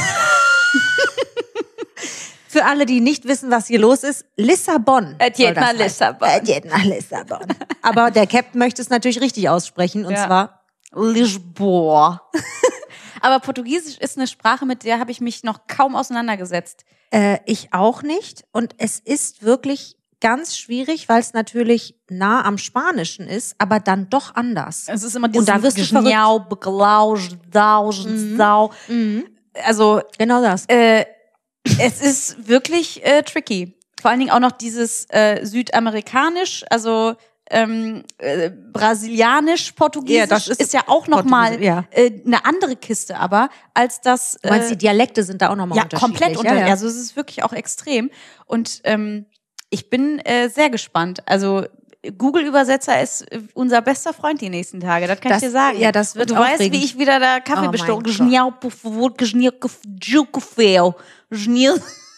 [SPEAKER 3] Für alle, die nicht wissen, was hier los ist, Lissabon.
[SPEAKER 1] Et
[SPEAKER 3] soll
[SPEAKER 1] jedna
[SPEAKER 3] das heißen.
[SPEAKER 1] Äh, Lissabon.
[SPEAKER 3] Et jedna Lissabon. Aber der Captain möchte es natürlich richtig aussprechen und
[SPEAKER 1] Ja.
[SPEAKER 3] zwar
[SPEAKER 1] Lisboa. <laughs> Aber Portugiesisch ist eine Sprache, mit der habe ich mich noch kaum auseinandergesetzt.
[SPEAKER 3] äh, ich auch nicht und es ist wirklich ganz schwierig, weil es natürlich nah am Spanischen ist, aber dann doch anders.
[SPEAKER 1] Es ist immer
[SPEAKER 3] dieses Mhm.
[SPEAKER 1] dieses Geschnau, Beglausch, Dausch, Sau. Also
[SPEAKER 3] Genau das.
[SPEAKER 1] äh, es ist wirklich äh, tricky. Vor allen Dingen auch noch dieses äh, südamerikanisch, also ähm, äh, brasilianisch, portugiesisch
[SPEAKER 3] Ja, das ist-
[SPEAKER 1] ist, ja auch nochmal
[SPEAKER 3] Portugiesisch, ja.
[SPEAKER 1] äh, eine andere Kiste, aber als das
[SPEAKER 3] Du meinst,
[SPEAKER 1] äh,
[SPEAKER 3] die Dialekte sind da auch nochmal
[SPEAKER 1] ja,
[SPEAKER 3] unterschiedlich.
[SPEAKER 1] komplett unter.
[SPEAKER 3] Ja, ja.
[SPEAKER 1] Also es ist wirklich auch extrem. Und ähm, ich bin äh, sehr gespannt. Also Google-Übersetzer ist äh, unser bester Freund die nächsten Tage. Das kann
[SPEAKER 3] Das-
[SPEAKER 1] ich dir sagen.
[SPEAKER 3] ja, das wird
[SPEAKER 1] du weißt,
[SPEAKER 3] aufregend.
[SPEAKER 1] wie ich wieder da
[SPEAKER 3] Oh
[SPEAKER 1] Kaffee
[SPEAKER 3] mein
[SPEAKER 1] bestelle.
[SPEAKER 3] Gott.
[SPEAKER 1] Geschniau, puff, wut, geschniau, kuff, dschü, kuffeo. Geschniau,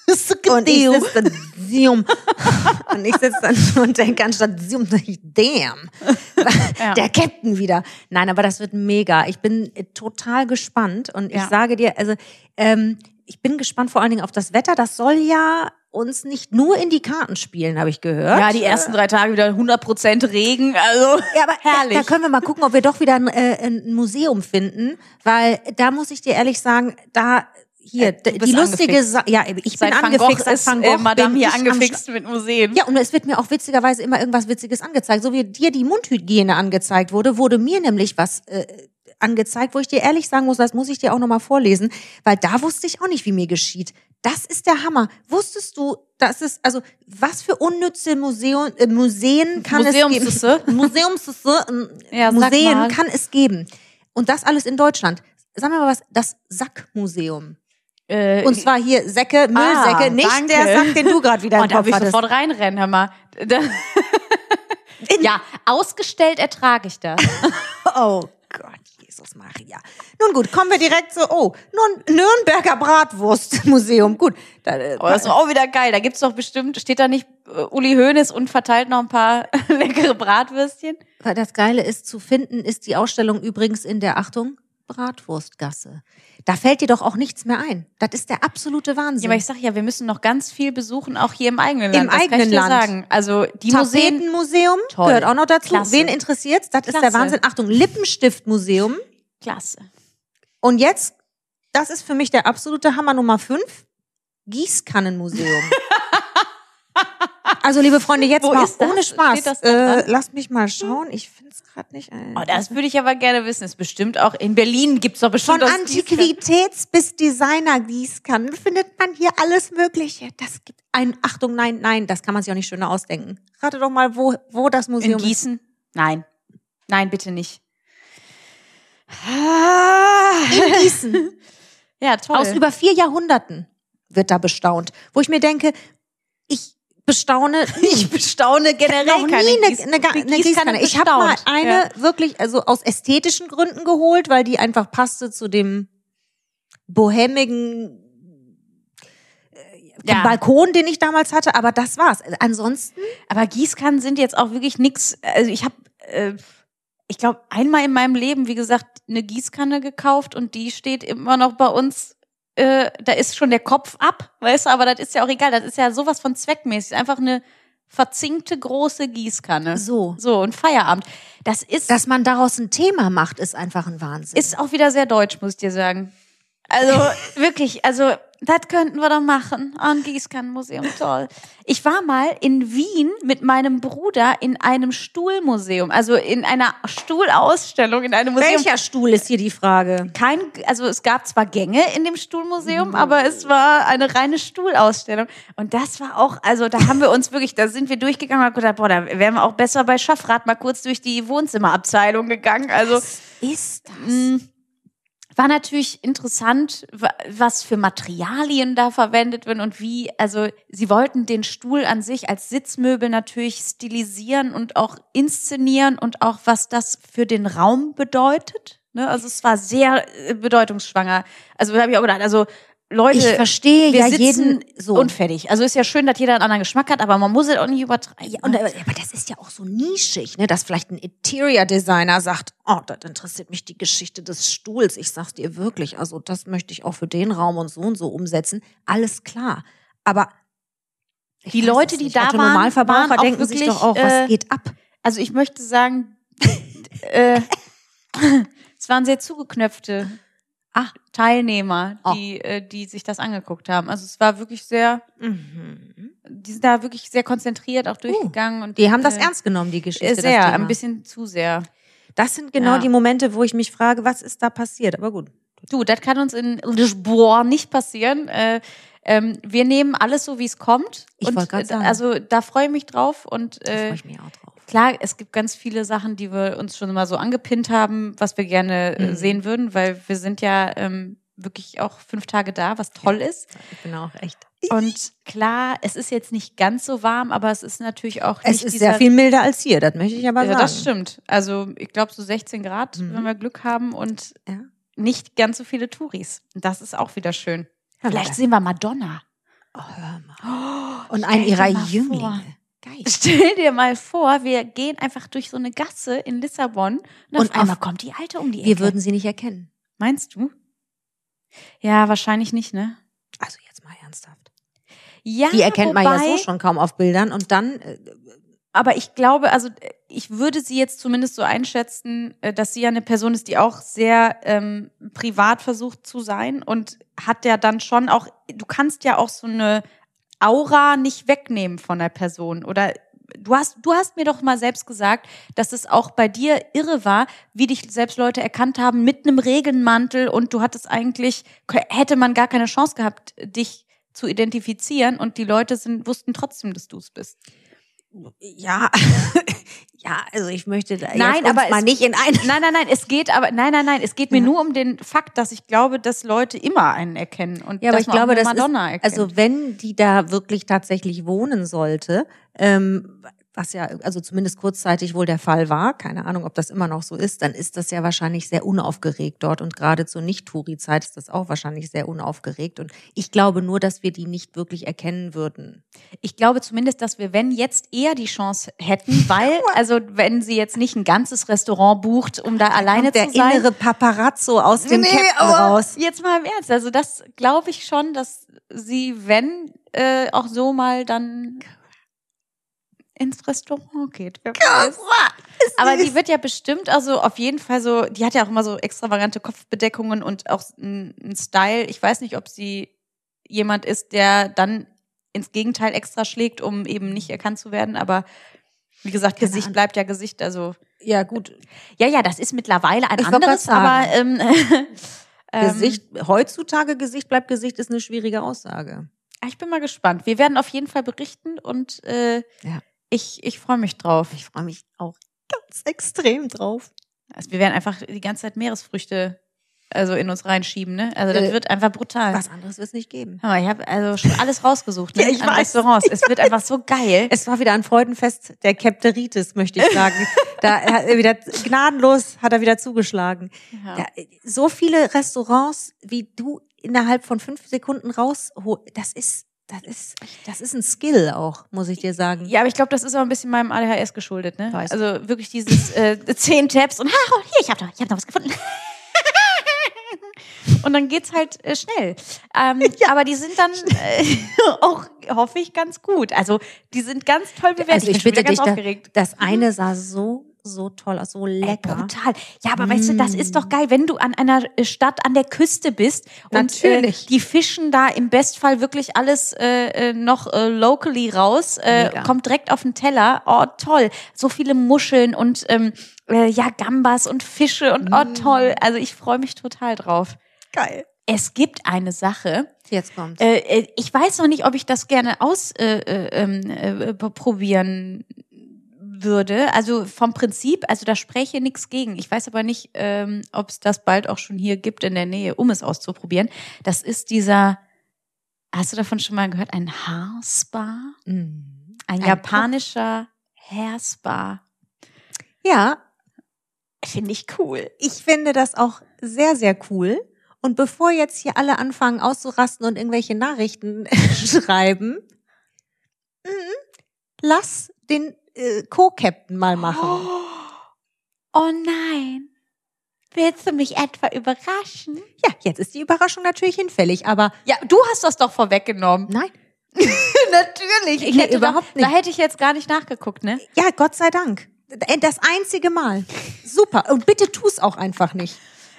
[SPEAKER 1] sicke
[SPEAKER 3] Und ich
[SPEAKER 1] Deo.
[SPEAKER 3] sitze dann, Zoom. <laughs> Und ich sitze dann und denke anstatt Zoom, sag ich, damn.
[SPEAKER 1] <laughs>
[SPEAKER 3] Der Captain wieder. Nein, aber das wird mega. Ich bin äh, total gespannt und ich
[SPEAKER 1] Ja.
[SPEAKER 3] sage dir, also, ähm, ich bin gespannt vor allen Dingen auf das Wetter. Das soll ja uns nicht nur in die Karten spielen, habe ich gehört.
[SPEAKER 1] Ja, die ersten drei Tage wieder 100% Regen. Also
[SPEAKER 3] Ja, aber
[SPEAKER 1] Herrlich.
[SPEAKER 3] Da, da können wir mal gucken, ob wir doch wieder ein, äh, ein Museum finden, weil da muss ich dir ehrlich sagen, da hier
[SPEAKER 1] Äh, du
[SPEAKER 3] d-
[SPEAKER 1] bist
[SPEAKER 3] die lustige
[SPEAKER 1] angefixt.
[SPEAKER 3] Sa ja, ich
[SPEAKER 1] seit
[SPEAKER 3] bin
[SPEAKER 1] Van Gogh
[SPEAKER 3] angefixt
[SPEAKER 1] ist
[SPEAKER 3] seit Van
[SPEAKER 1] äh,
[SPEAKER 3] Gogh
[SPEAKER 1] Madame
[SPEAKER 3] bin
[SPEAKER 1] hier
[SPEAKER 3] ich am
[SPEAKER 1] angefixt mit Museen.
[SPEAKER 3] Sch- Ja, und es wird mir auch witzigerweise immer irgendwas Witziges angezeigt, so wie dir die Mundhygiene angezeigt wurde, wurde mir nämlich was äh, angezeigt, wo ich dir ehrlich sagen muss, das muss ich dir auch noch mal vorlesen, weil da wusste ich auch nicht, wie mir geschieht. Das ist der Hammer. Wusstest du, dass es also was für unnütze Museen äh, Museen kann es
[SPEAKER 1] Museumssüsse?
[SPEAKER 3] geben? <laughs> Museumssüsse, ähm,
[SPEAKER 1] Ja, sag mal.
[SPEAKER 3] Museen kann es geben. Und das alles in Deutschland. Sagen wir mal was, das Sackmuseum.
[SPEAKER 1] Äh, Ah,
[SPEAKER 3] Und zwar hier Säcke, Müllsäcke, nicht
[SPEAKER 1] danke.
[SPEAKER 3] der Sack, den du gerade wieder
[SPEAKER 1] Oh,
[SPEAKER 3] im
[SPEAKER 1] da
[SPEAKER 3] Kopf
[SPEAKER 1] will ich
[SPEAKER 3] hattest.
[SPEAKER 1] sofort reinrennen, hör
[SPEAKER 3] <laughs>
[SPEAKER 1] mal. <laughs> Da- ja, ausgestellt ertrage ich das.
[SPEAKER 3] Oh Gott, Jesus Maria. Nun gut, kommen wir direkt zu, oh, nun, Nürnberger Bratwurstmuseum. Gut, da, äh,
[SPEAKER 1] Aber das ist auch wieder geil. Da gibt's doch bestimmt, steht da nicht äh, Uli Hoeneß und verteilt noch ein paar <laughs> leckere Bratwürstchen?
[SPEAKER 3] Weil das Geile ist, zu finden ist die Ausstellung übrigens in der, Achtung, Bratwurstgasse. Da fällt dir doch auch nichts mehr ein. Das ist der absolute
[SPEAKER 1] Ja,
[SPEAKER 3] Wahnsinn.
[SPEAKER 1] aber ich sag ja, wir müssen noch ganz viel besuchen, auch hier im eigenen
[SPEAKER 3] Im
[SPEAKER 1] Land. das kann ich
[SPEAKER 3] eigenen
[SPEAKER 1] dir
[SPEAKER 3] Land.
[SPEAKER 1] sagen. Also die Museen.
[SPEAKER 3] Tapetenmuseum
[SPEAKER 1] Toll.
[SPEAKER 3] gehört auch noch dazu.
[SPEAKER 1] Klasse.
[SPEAKER 3] Wen interessiert's? Das ist der
[SPEAKER 1] Klasse.
[SPEAKER 3] Wahnsinn. Achtung, Lippenstiftmuseum.
[SPEAKER 1] Klasse.
[SPEAKER 3] Und jetzt, das ist für mich der absolute Hammer Nummer 5, Gießkannenmuseum. Also, liebe Freunde, jetzt
[SPEAKER 1] Wo
[SPEAKER 3] mal
[SPEAKER 1] ist das?
[SPEAKER 3] ohne Spaß.
[SPEAKER 1] Steht das da
[SPEAKER 3] äh, lass mich mal schauen. Ich finde es gerade nicht ein.
[SPEAKER 1] Oh, das würde ich aber gerne wissen. Ist bestimmt auch in Berlin gibt's doch bestimmt
[SPEAKER 3] Von
[SPEAKER 1] das Gießkannen.
[SPEAKER 3] Antiquitäts bis Designer Gießkannen findet man hier alles Mögliche. Das gibt ein Achtung, nein, nein, das kann man sich auch nicht schöner ausdenken. Rate doch mal, wo, wo das
[SPEAKER 1] in
[SPEAKER 3] Museum ist.
[SPEAKER 1] Gießen. Nein, nein, bitte nicht. <laughs> Ah.
[SPEAKER 3] Gießen.
[SPEAKER 1] Ja, toll.
[SPEAKER 3] Aus über vier Jahrhunderten wird da bestaunt. Wo ich mir denke, ich <laughs> bestaune
[SPEAKER 1] ich bestaune generell
[SPEAKER 3] noch nie
[SPEAKER 1] keine
[SPEAKER 3] eine,
[SPEAKER 1] Gieß-
[SPEAKER 3] eine, Ga- eine
[SPEAKER 1] Gießkanne
[SPEAKER 3] Gießkanne. Ich habe mal
[SPEAKER 1] bestaunt.
[SPEAKER 3] eine
[SPEAKER 1] Ja.
[SPEAKER 3] wirklich, also aus ästhetischen Gründen geholt, weil die einfach passte zu dem bohemigen äh,
[SPEAKER 1] Ja.
[SPEAKER 3] Balkon, den ich damals hatte. Aber das war's. Ansonsten
[SPEAKER 1] Aber Gießkannen sind jetzt auch wirklich nix. Also ich habe, äh, ich glaube, einmal in meinem Leben, wie gesagt, eine Gießkanne gekauft und die steht immer noch bei uns. Äh, da ist schon der Kopf ab, weißt du, aber das ist ja auch egal. Das ist ja sowas von zweckmäßig. Einfach eine verzinkte große Gießkanne.
[SPEAKER 3] so.
[SPEAKER 1] So, und Feierabend. Das ist,
[SPEAKER 3] Dass man daraus ein Thema macht, ist einfach ein Wahnsinn.
[SPEAKER 1] ist auch wieder sehr deutsch, muss ich dir sagen. Also wirklich, also das könnten wir doch machen. Oh, ein Gießkannenmuseum, toll. Ich war mal in Wien mit meinem Bruder in einem Stuhlmuseum, also in einer Stuhlausstellung in einem Museum.
[SPEAKER 3] Welcher Stuhl ist hier die Frage?
[SPEAKER 1] Kein, also es gab zwar Gänge in dem Stuhlmuseum, aber es war eine reine Stuhlausstellung. Und das war auch, also da haben wir uns wirklich, da sind wir durchgegangen und haben gedacht, boah, da wären wir auch besser bei Schaffrat mal kurz durch die Wohnzimmerabteilung gegangen. Also
[SPEAKER 3] Ist das?
[SPEAKER 1] Mm. War natürlich interessant, wa- was für Materialien da verwendet werden und wie, also sie wollten den Stuhl an sich als Sitzmöbel natürlich stilisieren und auch inszenieren und auch was das für den Raum bedeutet. Ne? Also es war sehr äh, bedeutungsschwanger. Also da habe ich auch gedacht, also Leute,
[SPEAKER 3] Ich verstehe
[SPEAKER 1] wir
[SPEAKER 3] ja
[SPEAKER 1] sitzen
[SPEAKER 3] jeden so.
[SPEAKER 1] unfertig. Also ist ja schön, dass jeder einen anderen Geschmack hat, aber man muss es auch nicht übertreiben.
[SPEAKER 3] Ah,
[SPEAKER 1] ne?
[SPEAKER 3] Ja, und, aber aber das ist ja auch so nischig, ne? dass vielleicht ein Interior Designer sagt, oh, das interessiert mich die Geschichte des Stuhls. Ich sag's dir wirklich, also das möchte ich auch für den Raum und so und so umsetzen. Alles klar. Aber ich
[SPEAKER 1] Die
[SPEAKER 3] weiß
[SPEAKER 1] Leute,
[SPEAKER 3] es
[SPEAKER 1] die
[SPEAKER 3] nicht.
[SPEAKER 1] da
[SPEAKER 3] Otto
[SPEAKER 1] waren,
[SPEAKER 3] Normalverbraucher
[SPEAKER 1] waren auch
[SPEAKER 3] denken sich
[SPEAKER 1] wirklich,
[SPEAKER 3] doch auch, was
[SPEAKER 1] äh,
[SPEAKER 3] geht ab?
[SPEAKER 1] Also ich möchte sagen, <laughs> äh, es waren sehr zugeknöpfte
[SPEAKER 3] Ah.
[SPEAKER 1] Teilnehmer,
[SPEAKER 3] Oh.
[SPEAKER 1] die, äh, die sich das angeguckt haben. Also es war wirklich sehr,
[SPEAKER 3] mhm.
[SPEAKER 1] die sind da wirklich sehr konzentriert auch durchgegangen und
[SPEAKER 3] Oh. Die haben das
[SPEAKER 1] äh,
[SPEAKER 3] ernst genommen, die Geschichte.
[SPEAKER 1] äh,
[SPEAKER 3] das
[SPEAKER 1] Sehr,
[SPEAKER 3] Thema.
[SPEAKER 1] ein bisschen zu sehr.
[SPEAKER 3] Das sind genau
[SPEAKER 1] Ja.
[SPEAKER 3] die Momente, wo ich mich frage, was ist da passiert? Aber gut.
[SPEAKER 1] Du, das kann uns in Lisboa nicht passieren. Äh, ähm, wir nehmen alles so, wie es kommt.
[SPEAKER 3] Ich
[SPEAKER 1] Und,
[SPEAKER 3] wollte gerade
[SPEAKER 1] äh,
[SPEAKER 3] sagen.
[SPEAKER 1] Also da freue ich mich drauf und
[SPEAKER 3] Da freue
[SPEAKER 1] äh,
[SPEAKER 3] ich mich auch drauf.
[SPEAKER 1] Klar, es gibt ganz viele Sachen, die wir uns schon mal so angepinnt haben, was wir gerne
[SPEAKER 3] Mhm.
[SPEAKER 1] äh, sehen würden, weil wir sind ja ähm, wirklich auch fünf Tage da, was toll ist.
[SPEAKER 3] Ich bin auch echt.
[SPEAKER 1] Und klar, es ist jetzt nicht ganz so warm, aber es ist natürlich auch
[SPEAKER 3] Es
[SPEAKER 1] nicht
[SPEAKER 3] ist
[SPEAKER 1] dieser,
[SPEAKER 3] sehr viel milder als hier, das möchte ich aber
[SPEAKER 1] Ja,
[SPEAKER 3] sagen.
[SPEAKER 1] das stimmt. Also ich glaube so 16 Grad,
[SPEAKER 3] Mhm.
[SPEAKER 1] wenn wir Glück haben und
[SPEAKER 3] Ja.
[SPEAKER 1] nicht ganz so viele Touris. Das ist auch wieder schön.
[SPEAKER 3] Hör mal,
[SPEAKER 1] Vielleicht
[SPEAKER 3] das-
[SPEAKER 1] sehen wir Madonna. Oh,
[SPEAKER 3] Oh, hör mal. Und einen ihrer
[SPEAKER 1] dir mal vor.
[SPEAKER 3] Jünglinge. Geil.
[SPEAKER 1] Stell dir mal vor, wir gehen einfach durch so eine Gasse in Lissabon und,
[SPEAKER 3] Und
[SPEAKER 1] auf einmal
[SPEAKER 3] auf-
[SPEAKER 1] kommt die Alte um die Ecke.
[SPEAKER 3] Wir würden sie nicht erkennen.
[SPEAKER 1] Meinst du? Ja, wahrscheinlich nicht, ne?
[SPEAKER 3] Also jetzt mal ernsthaft.
[SPEAKER 1] Ja,
[SPEAKER 3] Die erkennt
[SPEAKER 1] wobei,
[SPEAKER 3] man ja so schon kaum auf Bildern und dann äh,
[SPEAKER 1] Aber ich glaube, also äh, ich würde sie jetzt zumindest so einschätzen, äh, dass sie ja eine Person ist, die auch sehr ähm, privat versucht zu sein und hat ja dann schon auch, du kannst ja auch so eine Aura nicht wegnehmen von der Person oder du hast, du hast mir doch mal selbst gesagt, dass es auch bei dir irre war, wie dich selbst Leute erkannt haben mit einem Regenmantel und du hattest eigentlich, hätte man gar keine Chance gehabt, dich zu identifizieren und die Leute sind, wussten trotzdem, dass du es bist.
[SPEAKER 3] ja <laughs> ja, also ich möchte da
[SPEAKER 1] Nein,
[SPEAKER 3] jetzt uns
[SPEAKER 1] aber es-
[SPEAKER 3] mal nicht in ein
[SPEAKER 1] Nein, nein, nein, es geht aber, nein, nein, nein, es geht mir
[SPEAKER 3] Ja.
[SPEAKER 1] nur um den Fakt, dass ich glaube, dass Leute immer einen erkennen und
[SPEAKER 3] <laughs> Ja, aber
[SPEAKER 1] dass
[SPEAKER 3] ich
[SPEAKER 1] man auch
[SPEAKER 3] glaube,
[SPEAKER 1] eine
[SPEAKER 3] das
[SPEAKER 1] Madonna
[SPEAKER 3] ist,
[SPEAKER 1] erkennt.
[SPEAKER 3] also wenn die da wirklich tatsächlich wohnen sollte, ähm, was ja also zumindest kurzzeitig wohl der Fall war, keine Ahnung, ob das immer noch so ist, dann ist das ja wahrscheinlich sehr unaufgeregt dort und gerade zur Nicht-Touri-Zeit ist das auch wahrscheinlich sehr unaufgeregt und ich glaube nur, dass wir die nicht wirklich erkennen würden.
[SPEAKER 1] ich glaube zumindest, dass wir, wenn jetzt eher die Chance hätten, weil, also wenn sie jetzt nicht ein ganzes Restaurant bucht, um da alleine
[SPEAKER 3] Kommt der
[SPEAKER 1] zu sein.
[SPEAKER 3] innere Paparazzo aus dem
[SPEAKER 1] Nee,
[SPEAKER 3] Captain
[SPEAKER 1] aber
[SPEAKER 3] raus.
[SPEAKER 1] Jetzt mal im Ernst, also das glaube ich schon, dass sie, wenn, äh, auch so mal dann ins Restaurant geht. Wer weiß. Aber die wird ja bestimmt, also auf jeden Fall so, die hat ja auch immer so extravagante Kopfbedeckungen und auch einen einen Style. Ich weiß nicht, ob sie jemand ist, der dann ins Gegenteil extra schlägt, um eben nicht erkannt zu werden. Aber wie gesagt, Gesicht bleibt ja Gesicht. Also
[SPEAKER 3] Ja, gut.
[SPEAKER 4] Ja, ja, das ist mittlerweile ein
[SPEAKER 3] Ich wollt grad
[SPEAKER 4] anderes,
[SPEAKER 3] sagen.
[SPEAKER 4] aber ähm,
[SPEAKER 1] <laughs>
[SPEAKER 4] ähm,
[SPEAKER 3] Gesicht, heutzutage Gesicht bleibt Gesicht ist eine schwierige Aussage.
[SPEAKER 1] ah, ich bin mal gespannt. Wir werden auf jeden Fall berichten und äh,
[SPEAKER 3] Ja.
[SPEAKER 1] ich, ich freue mich drauf.
[SPEAKER 3] Ich freue mich auch.
[SPEAKER 5] Ganz extrem drauf.
[SPEAKER 1] Also wir werden einfach die ganze Zeit Meeresfrüchte also in uns reinschieben, ne? Also das
[SPEAKER 3] Äh,
[SPEAKER 1] wird einfach brutal.
[SPEAKER 3] Was anderes wird es nicht geben.
[SPEAKER 1] Hör mal, ich habe also schon alles rausgesucht, ne?
[SPEAKER 5] Ja, ich
[SPEAKER 1] An
[SPEAKER 5] weiß,
[SPEAKER 1] Restaurants. es wird einfach so
[SPEAKER 3] <laughs>
[SPEAKER 1] geil.
[SPEAKER 3] Es war wieder ein Freudenfest der Kepteritis, möchte ich sagen. da hat er wieder gnadenlos hat er wieder zugeschlagen.
[SPEAKER 1] Ja.
[SPEAKER 3] Da, äh, so viele Restaurants, wie du innerhalb von fünf Sekunden raushol, das ist, das ist, das ist ein Skill auch, muss ich dir sagen.
[SPEAKER 1] Ja, aber ich glaube, das ist auch ein bisschen meinem ADHS geschuldet, ne? Also wirklich dieses äh, <laughs> zehn Tabs und ha, oh, hier, ich habe noch, ich hab noch was gefunden. <laughs> und dann geht's halt äh, schnell.
[SPEAKER 2] <laughs>
[SPEAKER 1] Ähm, Aber die sind dann äh, <laughs> auch, hoffe ich, ganz gut. Also die sind ganz toll bewertet.
[SPEAKER 2] Also ich
[SPEAKER 1] bin schon wieder
[SPEAKER 2] bitte dich,
[SPEAKER 1] ganz
[SPEAKER 2] da-
[SPEAKER 1] aufgeregt.
[SPEAKER 3] Das eine sah so, so toll aus, so
[SPEAKER 4] Ey,
[SPEAKER 3] lecker.
[SPEAKER 4] Äh,
[SPEAKER 3] Mm.
[SPEAKER 4] brutal. Ja, aber weißt du, das ist doch geil, wenn du an einer äh, Stadt an der Küste bist und äh,
[SPEAKER 3] Natürlich.
[SPEAKER 4] die fischen da im Bestfall wirklich alles äh, äh, noch äh, locally raus, äh,
[SPEAKER 3] Mega.
[SPEAKER 4] kommt direkt auf den Teller. Oh, toll. So viele Muscheln und ähm, äh, ja, Gambas und Fische und
[SPEAKER 3] Mm.
[SPEAKER 4] oh, toll. Also ich freue mich total drauf.
[SPEAKER 5] Geil.
[SPEAKER 4] Es gibt eine Sache,
[SPEAKER 3] Jetzt kommt.
[SPEAKER 4] äh, äh, ich weiß noch nicht, ob ich das gerne ausprobieren äh, ähm, äh, probieren würde. Also vom Prinzip, also da spreche nichts gegen. Ich weiß aber nicht, ähm, ob es das bald auch schon hier gibt in der Nähe, um es auszuprobieren. Das ist dieser, hast du davon schon mal gehört, ein Haarspa?
[SPEAKER 3] Mhm.
[SPEAKER 4] Ein,
[SPEAKER 3] Ein
[SPEAKER 4] japanischer Haarspa.
[SPEAKER 3] Ja,
[SPEAKER 4] Finde ich cool.
[SPEAKER 3] ich finde das auch sehr, sehr cool. Und bevor jetzt hier alle anfangen auszurasten und irgendwelche Nachrichten <laughs> schreiben, mhm, lass den äh, Co-Captain mal machen.
[SPEAKER 4] Oh nein. Willst du mich etwa überraschen?
[SPEAKER 3] Ja, jetzt ist die Überraschung natürlich hinfällig, aber
[SPEAKER 4] Ja, du hast das doch vorweggenommen.
[SPEAKER 3] nein,
[SPEAKER 4] <laughs> Natürlich. Ich <laughs>
[SPEAKER 3] Nee,
[SPEAKER 4] hätte
[SPEAKER 3] überhaupt
[SPEAKER 4] da,
[SPEAKER 3] nicht.
[SPEAKER 4] Da hätte ich jetzt gar nicht nachgeguckt, ne?
[SPEAKER 3] ja, Gott sei Dank. Äh, Das einzige Mal. Super. Und bitte tu es auch einfach nicht.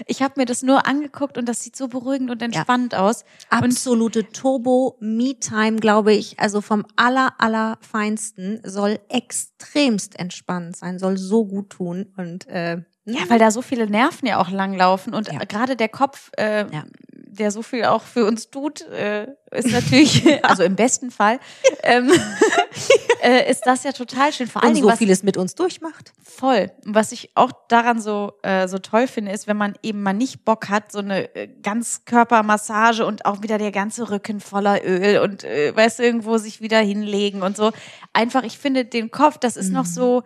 [SPEAKER 4] Ich habe mir das nur angeguckt und das sieht so beruhigend und entspannt aus.
[SPEAKER 3] Absolute Turbo-Me-Time, glaube ich. Also vom aller, aller Feinsten soll extremst entspannt sein, soll so gut tun. Und äh,
[SPEAKER 4] Ja, weil da so viele Nerven ja auch langlaufen und gerade der Kopf, äh,
[SPEAKER 3] Ja.
[SPEAKER 4] der so viel auch für uns tut, äh, ist natürlich,
[SPEAKER 3] <laughs>
[SPEAKER 4] also im besten Fall, ähm, <laughs> äh, ist das ja total schön. Vor allen
[SPEAKER 3] und
[SPEAKER 4] Dingen,
[SPEAKER 3] so
[SPEAKER 4] was
[SPEAKER 3] vieles mit uns durchmacht.
[SPEAKER 1] Voll. Und was ich auch daran so, äh, so toll finde, ist, wenn man eben mal nicht Bock hat, so eine äh, Ganzkörpermassage und auch wieder der ganze Rücken voller Öl und äh, weißt du, irgendwo sich wieder hinlegen und so. Einfach, ich finde den Kopf, das ist noch so,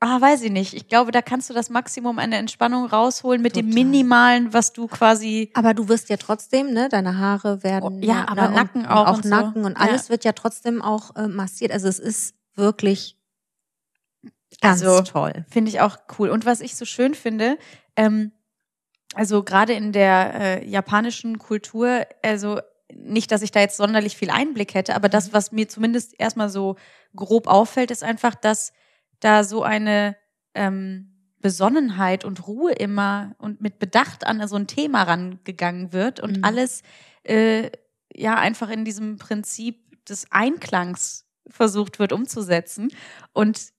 [SPEAKER 1] ah, weiß ich nicht. Ich glaube, da kannst du das Maximum an der Entspannung rausholen mit dem
[SPEAKER 3] Total.
[SPEAKER 1] Minimalen, was du quasi.
[SPEAKER 3] Aber du wirst ja trotzdem, ne, deine Haare werden ne,
[SPEAKER 1] Oh, ja, aber
[SPEAKER 3] und-
[SPEAKER 1] Nacken
[SPEAKER 3] und
[SPEAKER 1] auch
[SPEAKER 3] auch
[SPEAKER 1] und so.
[SPEAKER 3] Nacken und
[SPEAKER 1] Ja.
[SPEAKER 3] alles wird ja trotzdem auch äh, massiert. Also es ist wirklich ganz
[SPEAKER 1] Also,
[SPEAKER 3] toll.
[SPEAKER 1] Finde ich auch cool. Und was ich so schön finde, ähm, also gerade in der äh, japanischen Kultur, also nicht, dass ich da jetzt sonderlich viel Einblick hätte, aber das, was mir zumindest erstmal so grob auffällt, ist einfach, dass da so eine ähm, Besonnenheit und Ruhe immer und mit Bedacht an so ein Thema rangegangen wird und
[SPEAKER 3] Mhm.
[SPEAKER 1] alles äh, ja einfach in diesem Prinzip des Einklangs versucht wird umzusetzen. Und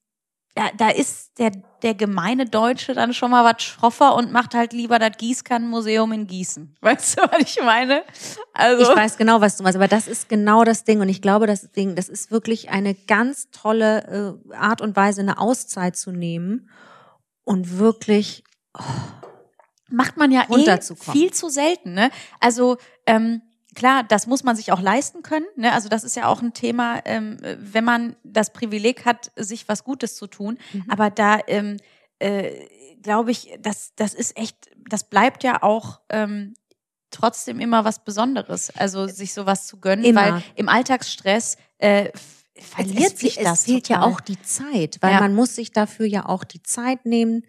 [SPEAKER 1] da, da ist der, der gemeine Deutsche dann schon mal was schroffer und macht halt lieber das Gießkannenmuseum in Gießen. <laughs> Weißt du, was ich meine? Also
[SPEAKER 3] Ich weiß genau, was du meinst, aber das ist genau das Ding und ich glaube, das Ding, das ist wirklich eine ganz tolle äh, Art und Weise, eine Auszeit zu nehmen und wirklich
[SPEAKER 1] macht man ja eh
[SPEAKER 3] Runterzukommen.
[SPEAKER 1] viel zu selten. Ne? Also ähm, klar, das muss man sich auch leisten können. Ne? Also das ist ja auch ein Thema, ähm, wenn man das Privileg hat, sich was Gutes zu tun.
[SPEAKER 3] Mhm.
[SPEAKER 1] Aber da ähm, äh, glaube ich, das, das ist echt, das bleibt ja auch ähm, trotzdem immer was Besonderes. Also sich sowas zu gönnen,
[SPEAKER 3] Äh, Immer.
[SPEAKER 1] weil im Alltagsstress äh, f- verliert
[SPEAKER 3] es,
[SPEAKER 1] sich
[SPEAKER 3] es,
[SPEAKER 1] das.
[SPEAKER 3] Es fehlt
[SPEAKER 1] total.
[SPEAKER 3] ja auch die Zeit, weil
[SPEAKER 1] Ja.
[SPEAKER 3] man muss sich dafür ja auch die Zeit nehmen,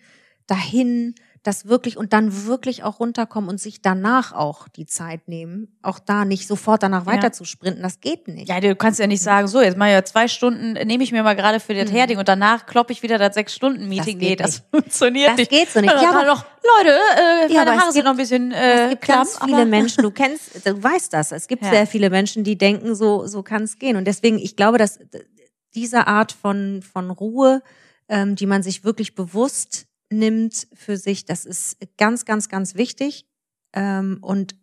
[SPEAKER 3] dahin. das wirklich und dann wirklich auch runterkommen und sich danach auch die Zeit nehmen, auch da nicht sofort danach
[SPEAKER 1] Ja.
[SPEAKER 3] weiter zu sprinten, das geht nicht.
[SPEAKER 1] Ja, du kannst ja
[SPEAKER 3] Mhm.
[SPEAKER 1] nicht sagen, so, jetzt mal ja zwei Stunden, äh, nehme ich mir mal gerade für das Herding und danach kloppe ich wieder das Sechs-Stunden-Meeting.
[SPEAKER 3] Das
[SPEAKER 1] Nee,
[SPEAKER 3] geht
[SPEAKER 1] das funktioniert
[SPEAKER 3] das
[SPEAKER 1] nicht.
[SPEAKER 3] geht so nicht.
[SPEAKER 1] Ja, aber doch, Leute, äh,
[SPEAKER 3] Ja, aber
[SPEAKER 1] meine
[SPEAKER 3] es
[SPEAKER 1] Haare sind noch ein bisschen äh,
[SPEAKER 3] es gibt
[SPEAKER 1] klamm,
[SPEAKER 3] ganz viele
[SPEAKER 1] aber-
[SPEAKER 3] Menschen, du kennst, du weißt das. Es gibt
[SPEAKER 1] Ja.
[SPEAKER 3] sehr viele Menschen, die denken, so, so kann es gehen. Und deswegen, ich glaube, dass d- diese Art von, von Ruhe, ähm, die man sich wirklich bewusst nimmt für sich, das ist ganz, ganz, ganz wichtig. Ähm, und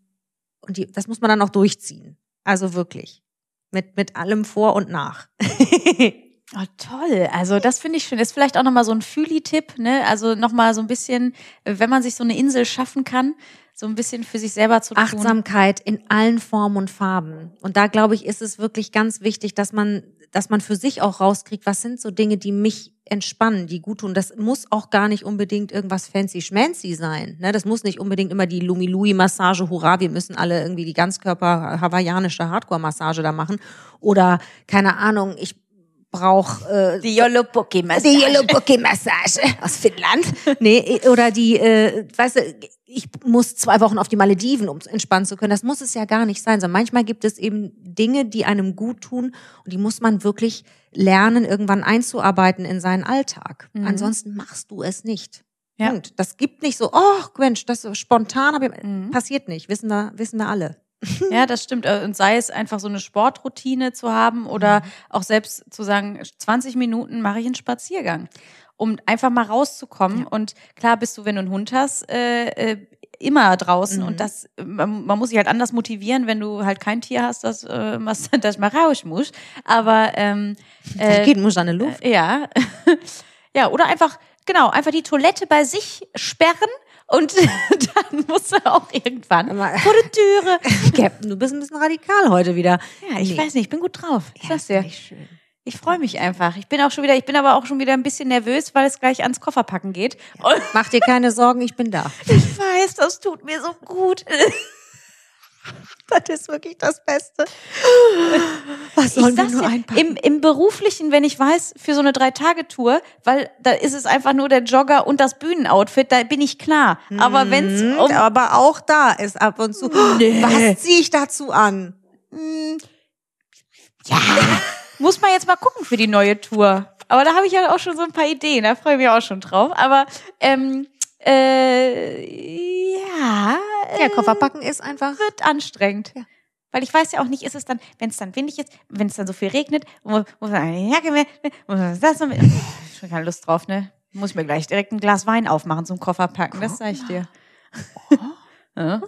[SPEAKER 3] und die, das muss man dann auch durchziehen. Also wirklich. Mit, mit allem vor und nach.
[SPEAKER 1] Oh, toll. Also das finde ich schön. Ist vielleicht auch nochmal so ein Füli-Tipp, ne? Also nochmal so ein bisschen, äh, wenn man sich so eine Insel schaffen kann, so ein bisschen für sich selber zu tun.
[SPEAKER 3] Achtsamkeit in allen Formen und Farben. Und da glaube ich, ist es wirklich ganz wichtig, dass man, dass man für sich auch rauskriegt, was sind so Dinge, die mich entspannen, die gut tun. Das muss auch gar nicht unbedingt irgendwas fancy schmancy sein. Ne? Das muss nicht unbedingt immer die Lumi-Louis-Massage, hurra, wir müssen alle irgendwie die Ganzkörper-hawaiianische Hardcore-Massage da machen. Oder, keine Ahnung, ich brauche äh,
[SPEAKER 4] Die Jollopoki-Massage.
[SPEAKER 3] die Yellow Bookie Massage
[SPEAKER 1] <laughs>
[SPEAKER 3] aus Finnland. Nee, oder die, äh, weißt du, ich muss zwei Wochen auf die Malediven, um entspannen zu können. Das muss es ja gar nicht sein, sondern manchmal gibt es eben Dinge, die einem gut tun und die muss man wirklich lernen, irgendwann einzuarbeiten in seinen Alltag. Ansonsten machst du es nicht.
[SPEAKER 1] Mhm. Ja.
[SPEAKER 3] Punkt. Das gibt nicht so, oh Mensch, das ist spontan, aber
[SPEAKER 1] Mhm.
[SPEAKER 3] passiert nicht, wissen wir, wissen wir alle.
[SPEAKER 1] Ja, das stimmt. Äh, Und sei es einfach so eine Sportroutine zu haben oder auch selbst zu sagen, 20 Minuten mache ich einen Spaziergang, um einfach mal rauszukommen. Und klar bist du, wenn du einen Hund hast, äh, äh, immer draußen. Und das, äh, man, man muss sich halt anders motivieren, wenn du halt kein Tier hast, das, äh, was, <laughs> das mal raus muss. Aber ähm,
[SPEAKER 3] Äh,
[SPEAKER 1] äh,
[SPEAKER 3] geht muss an die Luft.
[SPEAKER 1] ja. <laughs> ja, oder einfach, genau, einfach die Toilette bei sich sperren und <laughs> dann musst du auch irgendwann
[SPEAKER 3] Aber- <laughs>
[SPEAKER 1] vor die Türe.
[SPEAKER 3] Captain, du bist ein bisschen radikal heute wieder.
[SPEAKER 1] Ja, ich
[SPEAKER 3] Nee.
[SPEAKER 1] weiß nicht, ich bin gut drauf. Ich sag's dir.
[SPEAKER 3] Nicht schön.
[SPEAKER 1] Ich freue mich einfach. Ich bin auch schon wieder, ich bin aber auch schon wieder ein bisschen nervös, weil es gleich ans Kofferpacken geht. Und
[SPEAKER 3] Mach dir keine Sorgen, ich bin da.
[SPEAKER 1] ich weiß, das tut mir so gut.
[SPEAKER 5] Das ist wirklich das Beste. Was
[SPEAKER 1] Ich
[SPEAKER 5] sollen wir
[SPEAKER 1] sag's
[SPEAKER 5] nur
[SPEAKER 1] dir,
[SPEAKER 5] einpacken?
[SPEAKER 1] im, im beruflichen, wenn ich weiß, für so eine Drei-Tage-Tour, weil da ist es einfach nur der Jogger und das Bühnenoutfit, da bin ich klar. Aber wenn's
[SPEAKER 5] Mhm,
[SPEAKER 3] Hm,
[SPEAKER 1] um
[SPEAKER 5] aber auch da ist ab und
[SPEAKER 1] <gasps>
[SPEAKER 5] zu. Was ziehe ich dazu an?
[SPEAKER 1] Muss man jetzt mal gucken für die neue Tour. Aber da habe ich ja auch schon so ein paar Ideen, da freue ich mich auch schon drauf. Aber ähm, äh, ja, äh,
[SPEAKER 3] Ja, Kofferpacken ist einfach.
[SPEAKER 1] wird anstrengend. Weil ich weiß ja auch nicht, ist es dann, wenn es dann windig ist, wenn es dann so viel regnet, muss, muss man eine Jacke mehr, ne, muss man das noch mit. <laughs> Schon keine Lust drauf, ne? Muss ich mir gleich direkt ein Glas Wein aufmachen zum Koffer packen, das sag ich dir. Oh. Ja.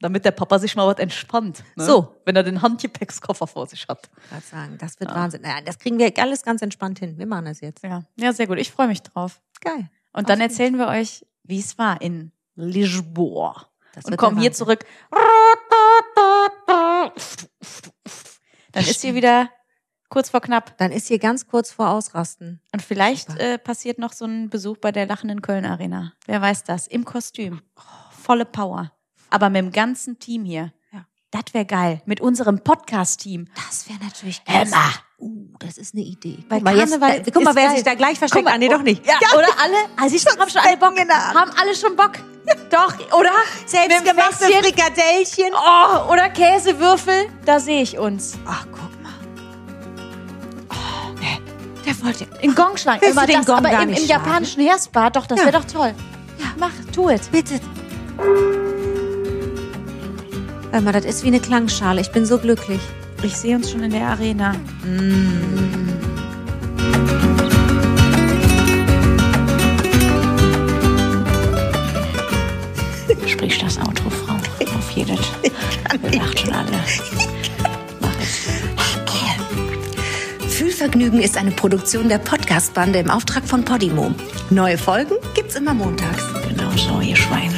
[SPEAKER 1] Damit der Papa sich mal was entspannt. Ne?
[SPEAKER 3] So.
[SPEAKER 1] Wenn er den Handgepäckskoffer vor sich hat.
[SPEAKER 3] Grad sagen, das wird Wahnsinn. Naja, das kriegen wir alles ganz entspannt hin. Wir machen das jetzt.
[SPEAKER 1] Ja, ja sehr gut. Ich freue mich drauf.
[SPEAKER 3] Geil.
[SPEAKER 1] Und dann erzählen wir euch, wie es war in Lisboa.
[SPEAKER 3] Das
[SPEAKER 1] und
[SPEAKER 3] wird
[SPEAKER 1] kommen
[SPEAKER 3] der
[SPEAKER 1] hier
[SPEAKER 3] Wahnsinn.
[SPEAKER 1] zurück. Dann ist hier wieder kurz vor knapp.
[SPEAKER 3] Dann ist hier ganz kurz vor Ausrasten.
[SPEAKER 1] Und vielleicht
[SPEAKER 3] Super.
[SPEAKER 1] äh, passiert noch so ein Besuch bei der lachenden Köln Arena. Wer weiß das? Im Kostüm. Volle Power. Aber mit dem ganzen Team hier.
[SPEAKER 3] Ja.
[SPEAKER 1] Das wäre geil. Mit unserem Podcast-Team.
[SPEAKER 3] Das wäre natürlich
[SPEAKER 1] Emma.
[SPEAKER 3] Uh, das ist eine Idee.
[SPEAKER 1] Weil
[SPEAKER 3] guck mal, jetzt,
[SPEAKER 1] Karneval
[SPEAKER 3] da, guck mal
[SPEAKER 1] ist
[SPEAKER 3] wer
[SPEAKER 1] geil.
[SPEAKER 3] sich da gleich
[SPEAKER 1] Guck
[SPEAKER 3] versteckt.
[SPEAKER 1] mal,
[SPEAKER 3] ah, nee, doch nicht.
[SPEAKER 1] Ja, oder alle? Also ich haben schon alle Bock. Haben alle schon Bock? Doch, oder?
[SPEAKER 5] Selbstgemachte
[SPEAKER 1] Fässchen.
[SPEAKER 5] Frikadellchen.
[SPEAKER 1] Oh, oder Käsewürfel? Da sehe ich uns. Oh,
[SPEAKER 3] Ach, guck mal.
[SPEAKER 1] Der wollte in Gong schlagen.
[SPEAKER 3] Willst
[SPEAKER 1] Immer
[SPEAKER 3] du den
[SPEAKER 1] das,
[SPEAKER 3] Gong
[SPEAKER 1] aber
[SPEAKER 3] gar
[SPEAKER 1] im,
[SPEAKER 3] nicht
[SPEAKER 1] im
[SPEAKER 3] schlagen?
[SPEAKER 1] japanischen Herzbad. Doch, das
[SPEAKER 3] Ja.
[SPEAKER 1] wäre doch toll. Mach, tu es.
[SPEAKER 3] Bitte. Emma, das ist wie eine Klangschale. Ich bin so glücklich.
[SPEAKER 1] Ich sehe uns schon in der Arena.
[SPEAKER 4] Sprich das Outro, Frau. Auf jedes.
[SPEAKER 3] <laughs>
[SPEAKER 4] Wir macht schon alle.
[SPEAKER 2] Fühlvergnügen ist eine Produktion der Podcast-Bande im Auftrag von Podimo. Neue Folgen gibt's immer montags.
[SPEAKER 4] Genau so, ihr Schweine.